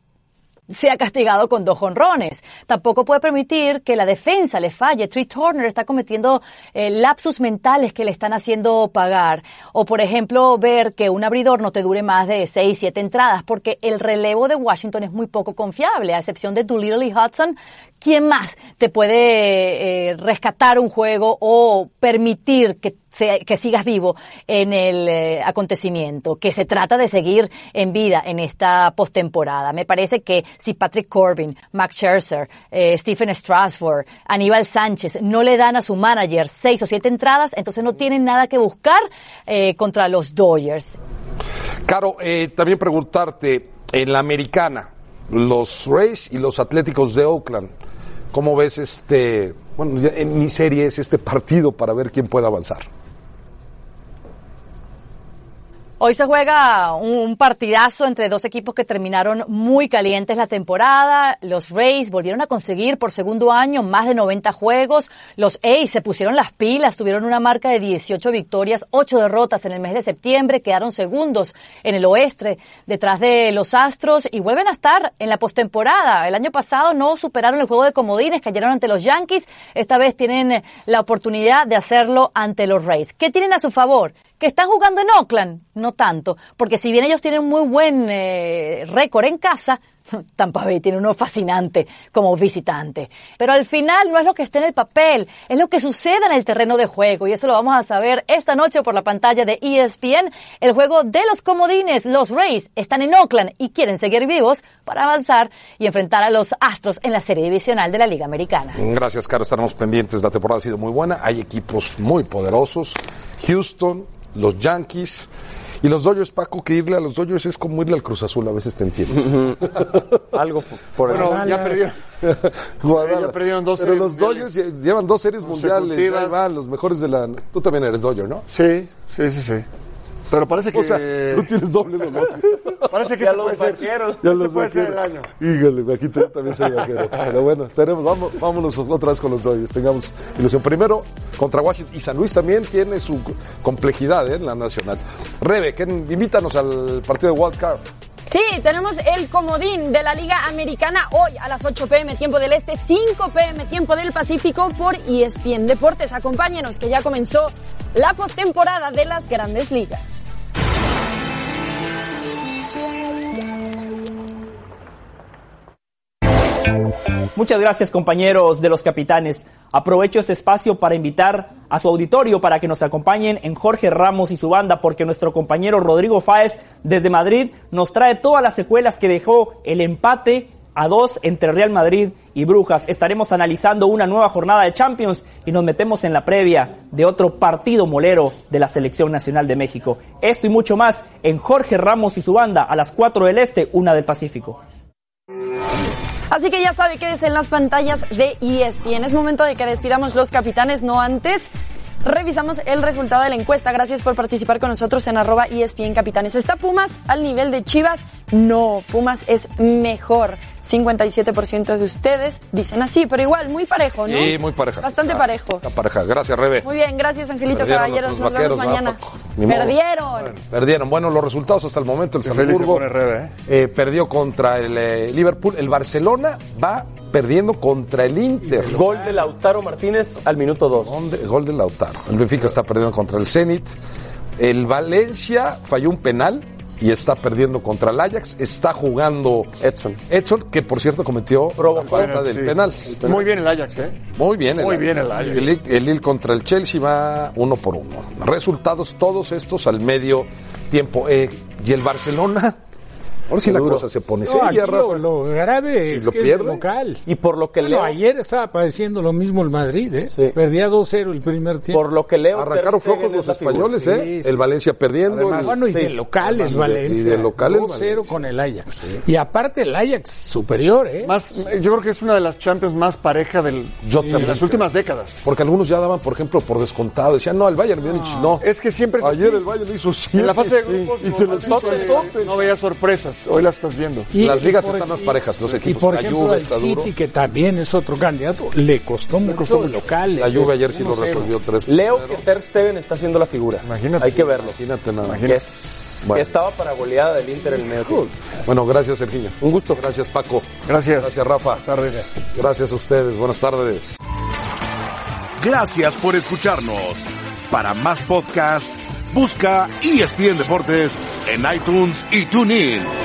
[SPEAKER 15] sea castigado con dos jonrones. Tampoco puede permitir que la defensa le falle. Tree Turner está cometiendo eh, lapsus mentales que le están haciendo pagar. O, por ejemplo, ver que un abridor no te dure más de seis, siete entradas, porque el relevo de Washington es muy poco confiable, a excepción de Doolittle y Hudson. ¿Quién más te puede eh, rescatar un juego o permitir que se- que sigas vivo en el eh, acontecimiento, que se trata de seguir en vida en esta postemporada. Me parece que si Patrick Corbin, Max Scherzer, eh, Stephen Strasburg, Aníbal Sánchez no le dan a su manager seis o siete entradas, entonces no tienen nada que buscar eh, contra los Dodgers.
[SPEAKER 2] Caro, eh, también preguntarte, en la americana, los Rays y los Atléticos de Oakland, ¿cómo ves este, bueno, ya en mi serie es este partido para ver quién puede avanzar?
[SPEAKER 15] Hoy se juega un partidazo entre dos equipos que terminaron muy calientes la temporada. Los Rays volvieron a conseguir por segundo año más de 90 juegos. Los A's se pusieron las pilas, tuvieron una marca de 18 victorias, 8 derrotas en el mes de septiembre, quedaron segundos en el oeste detrás de los Astros y vuelven a estar en la postemporada. El año pasado no superaron el juego de comodines, cayeron ante los Yankees. Esta vez tienen la oportunidad de hacerlo ante los Rays. ¿Qué tienen a su favor? que están jugando en Oakland, no tanto, porque si bien ellos tienen muy buen eh, récord en casa, *laughs* Tampa Bay tiene uno fascinante como visitante. Pero al final no es lo que esté en el papel, es lo que suceda en el terreno de juego y eso lo vamos a saber esta noche por la pantalla de E ESPN. El juego de los comodines, los Rays, están en Oakland y quieren seguir vivos para avanzar y enfrentar a los Astros en la serie divisional de la Liga Americana.
[SPEAKER 2] Gracias, Caro, estaremos pendientes. La temporada ha sido muy buena, hay equipos muy poderosos, Houston, los Yankees y los Dodgers, Paco, que irle a los Dodgers es como irle al Cruz Azul, a veces
[SPEAKER 4] *laughs*
[SPEAKER 2] te entiendes.
[SPEAKER 3] Algo por
[SPEAKER 2] Bueno,
[SPEAKER 4] Bueno, ya perdieron.
[SPEAKER 2] *laughs* Guadalajara.
[SPEAKER 4] Ya perdieron dos
[SPEAKER 2] Pero
[SPEAKER 4] series
[SPEAKER 2] los Dodgers lle- llevan dos series mundiales,
[SPEAKER 4] Consecutivas.
[SPEAKER 2] ahí van, los mejores de la... Tú también eres Dodger, ¿no?
[SPEAKER 4] Sí, sí, sí, sí. Pero parece que...
[SPEAKER 2] O sea, tú tienes doble dolor.
[SPEAKER 4] Parece que
[SPEAKER 2] Ya
[SPEAKER 4] este
[SPEAKER 2] los
[SPEAKER 4] puede ser-
[SPEAKER 2] vaqueros.
[SPEAKER 4] este
[SPEAKER 2] *laughs* Ya los
[SPEAKER 4] puede ser el
[SPEAKER 2] vaqueros.
[SPEAKER 4] año.
[SPEAKER 2] Híjole, aquí yo también soy *laughs* vaquero. Pero bueno, estaremos, vamos, vámonos otra vez con los Dodgers. Tengamos ilusión. Primero, contra Washington. Y San Luis también tiene su complejidad ¿eh? en la nacional. Rebe, que invítanos al partido de Wild Card.
[SPEAKER 16] Sí, tenemos el comodín de la Liga Americana hoy a las 8 pm tiempo del Este, 5 pm tiempo del Pacífico por E ESPN Deportes. Acompáñenos que ya comenzó la postemporada de las grandes ligas.
[SPEAKER 17] Muchas gracias compañeros de los capitanes. Aprovecho este espacio para invitar a su auditorio para que nos acompañen en Jorge Ramos y su banda, porque nuestro compañero Rodrigo Fáez desde Madrid nos trae todas las secuelas que dejó el empate a dos entre Real Madrid y Brujas. Estaremos analizando una nueva jornada de Champions y nos metemos en la previa de otro partido molero de la Selección Nacional de México. Esto y mucho más en Jorge Ramos y su banda a las 4 del Este, una del Pacífico.
[SPEAKER 16] Así que ya sabe, quédese en las pantallas de E ESPN. Es momento de que despidamos los capitanes, no antes. Revisamos el resultado de la encuesta. Gracias por participar con nosotros en arroba E ESPN Capitanes. ¿Está Pumas al nivel de Chivas? No, Pumas es mejor. 57% de ustedes dicen así, pero igual, muy parejo, ¿no?
[SPEAKER 2] Y muy pareja.
[SPEAKER 16] Bastante
[SPEAKER 2] Está-
[SPEAKER 16] parejo.
[SPEAKER 2] Está pareja. Gracias, Rebe.
[SPEAKER 16] Muy bien, gracias Angelito
[SPEAKER 2] Perdieron
[SPEAKER 16] Caballeros.
[SPEAKER 2] los
[SPEAKER 16] Nos vemos
[SPEAKER 2] vaqueros, ¿verdad,
[SPEAKER 16] mañana.
[SPEAKER 2] Paco? Ni modo.
[SPEAKER 16] Perdieron.
[SPEAKER 2] Perdieron. Bueno, los resultados hasta el momento. El
[SPEAKER 4] Qué feliz se
[SPEAKER 2] Salzburgo
[SPEAKER 4] pone Rebe,
[SPEAKER 2] eh, perdió contra el eh, Liverpool. El Barcelona va perdiendo contra el Inter.
[SPEAKER 3] Gol de Lautaro Martínez al minuto 2.
[SPEAKER 2] Gol de Lautaro. El Benfica está perdiendo contra el Zenit. El Valencia falló un penal y está perdiendo contra el Ajax. Está jugando Edson. Edson, que por cierto cometió la falta del
[SPEAKER 4] Sí.
[SPEAKER 2] penal.
[SPEAKER 4] Muy bien el Ajax, ¿eh?
[SPEAKER 2] Muy bien,
[SPEAKER 4] Muy bien el Ajax.
[SPEAKER 2] El, Lille- el Lille contra el Chelsea va uno por uno. Resultados todos estos al medio tiempo. Eh, y el Barcelona, ahora sí la cosa se pone
[SPEAKER 5] No,
[SPEAKER 2] seria,
[SPEAKER 5] aquí
[SPEAKER 2] Rafa.
[SPEAKER 5] lo, lo grave
[SPEAKER 2] Si
[SPEAKER 5] es
[SPEAKER 2] lo
[SPEAKER 5] que
[SPEAKER 2] pierde.
[SPEAKER 5] es local.
[SPEAKER 3] Y por lo que
[SPEAKER 5] Bueno,
[SPEAKER 3] leo-
[SPEAKER 5] ayer estaba padeciendo lo mismo el Madrid, ¿eh? Perdía 2-0 el primer tiempo. Por
[SPEAKER 3] lo que leo,
[SPEAKER 2] Arrancaron flojos los españoles, ¿eh? El Valencia perdiendo. el-
[SPEAKER 5] bueno, y
[SPEAKER 2] Sí.
[SPEAKER 5] de local el
[SPEAKER 2] Además,
[SPEAKER 5] Valencia.
[SPEAKER 2] Y de local el Valencia.
[SPEAKER 5] 2-0 con el Ajax. Y aparte el Ajax superior, ¿eh?
[SPEAKER 4] Más, yo creo que es una de las Champions más pareja del,
[SPEAKER 2] Yo
[SPEAKER 4] de
[SPEAKER 2] también
[SPEAKER 4] las
[SPEAKER 2] creo.
[SPEAKER 4] últimas décadas.
[SPEAKER 2] Porque algunos ya daban, por ejemplo, por descontado. Decían, no, el Bayern Múnich no.
[SPEAKER 4] Ah, Es que siempre es
[SPEAKER 2] Ayer
[SPEAKER 4] así.
[SPEAKER 2] el Bayern hizo siete.
[SPEAKER 4] En la fase de
[SPEAKER 2] Sí.
[SPEAKER 4] grupos
[SPEAKER 2] Y se los
[SPEAKER 4] normalmente,
[SPEAKER 2] hizo.
[SPEAKER 4] eh, no veía sorpresas, hoy las estás viendo.
[SPEAKER 2] Las ligas
[SPEAKER 5] por-
[SPEAKER 2] están más parejas, los
[SPEAKER 5] Y
[SPEAKER 2] equipos.
[SPEAKER 5] por
[SPEAKER 2] La
[SPEAKER 5] ejemplo,
[SPEAKER 2] Juve
[SPEAKER 5] el
[SPEAKER 2] está
[SPEAKER 5] City,
[SPEAKER 2] duro.
[SPEAKER 5] que también es otro candidato, le costó mucho
[SPEAKER 2] costó
[SPEAKER 5] el
[SPEAKER 2] mucho.
[SPEAKER 5] local. este,
[SPEAKER 2] La Juve ayer sí lo resolvió tres por
[SPEAKER 3] Leo
[SPEAKER 2] cero.
[SPEAKER 3] que Ter Stegen está haciendo la figura. Imagínate. Hay que verlo.
[SPEAKER 2] Imagínate nada.
[SPEAKER 3] Que, es- que estaba para goleada del Inter en el medio tiempo.
[SPEAKER 2] Bueno, gracias, Sergio.
[SPEAKER 3] Un gusto.
[SPEAKER 2] Gracias, Paco. Gracias. Gracias, Rafa.
[SPEAKER 1] tardes.
[SPEAKER 2] Gracias a ustedes. Buenas tardes.
[SPEAKER 1] Gracias por escucharnos. Para más podcasts, busca ESPN Deportes en iTunes y TuneIn.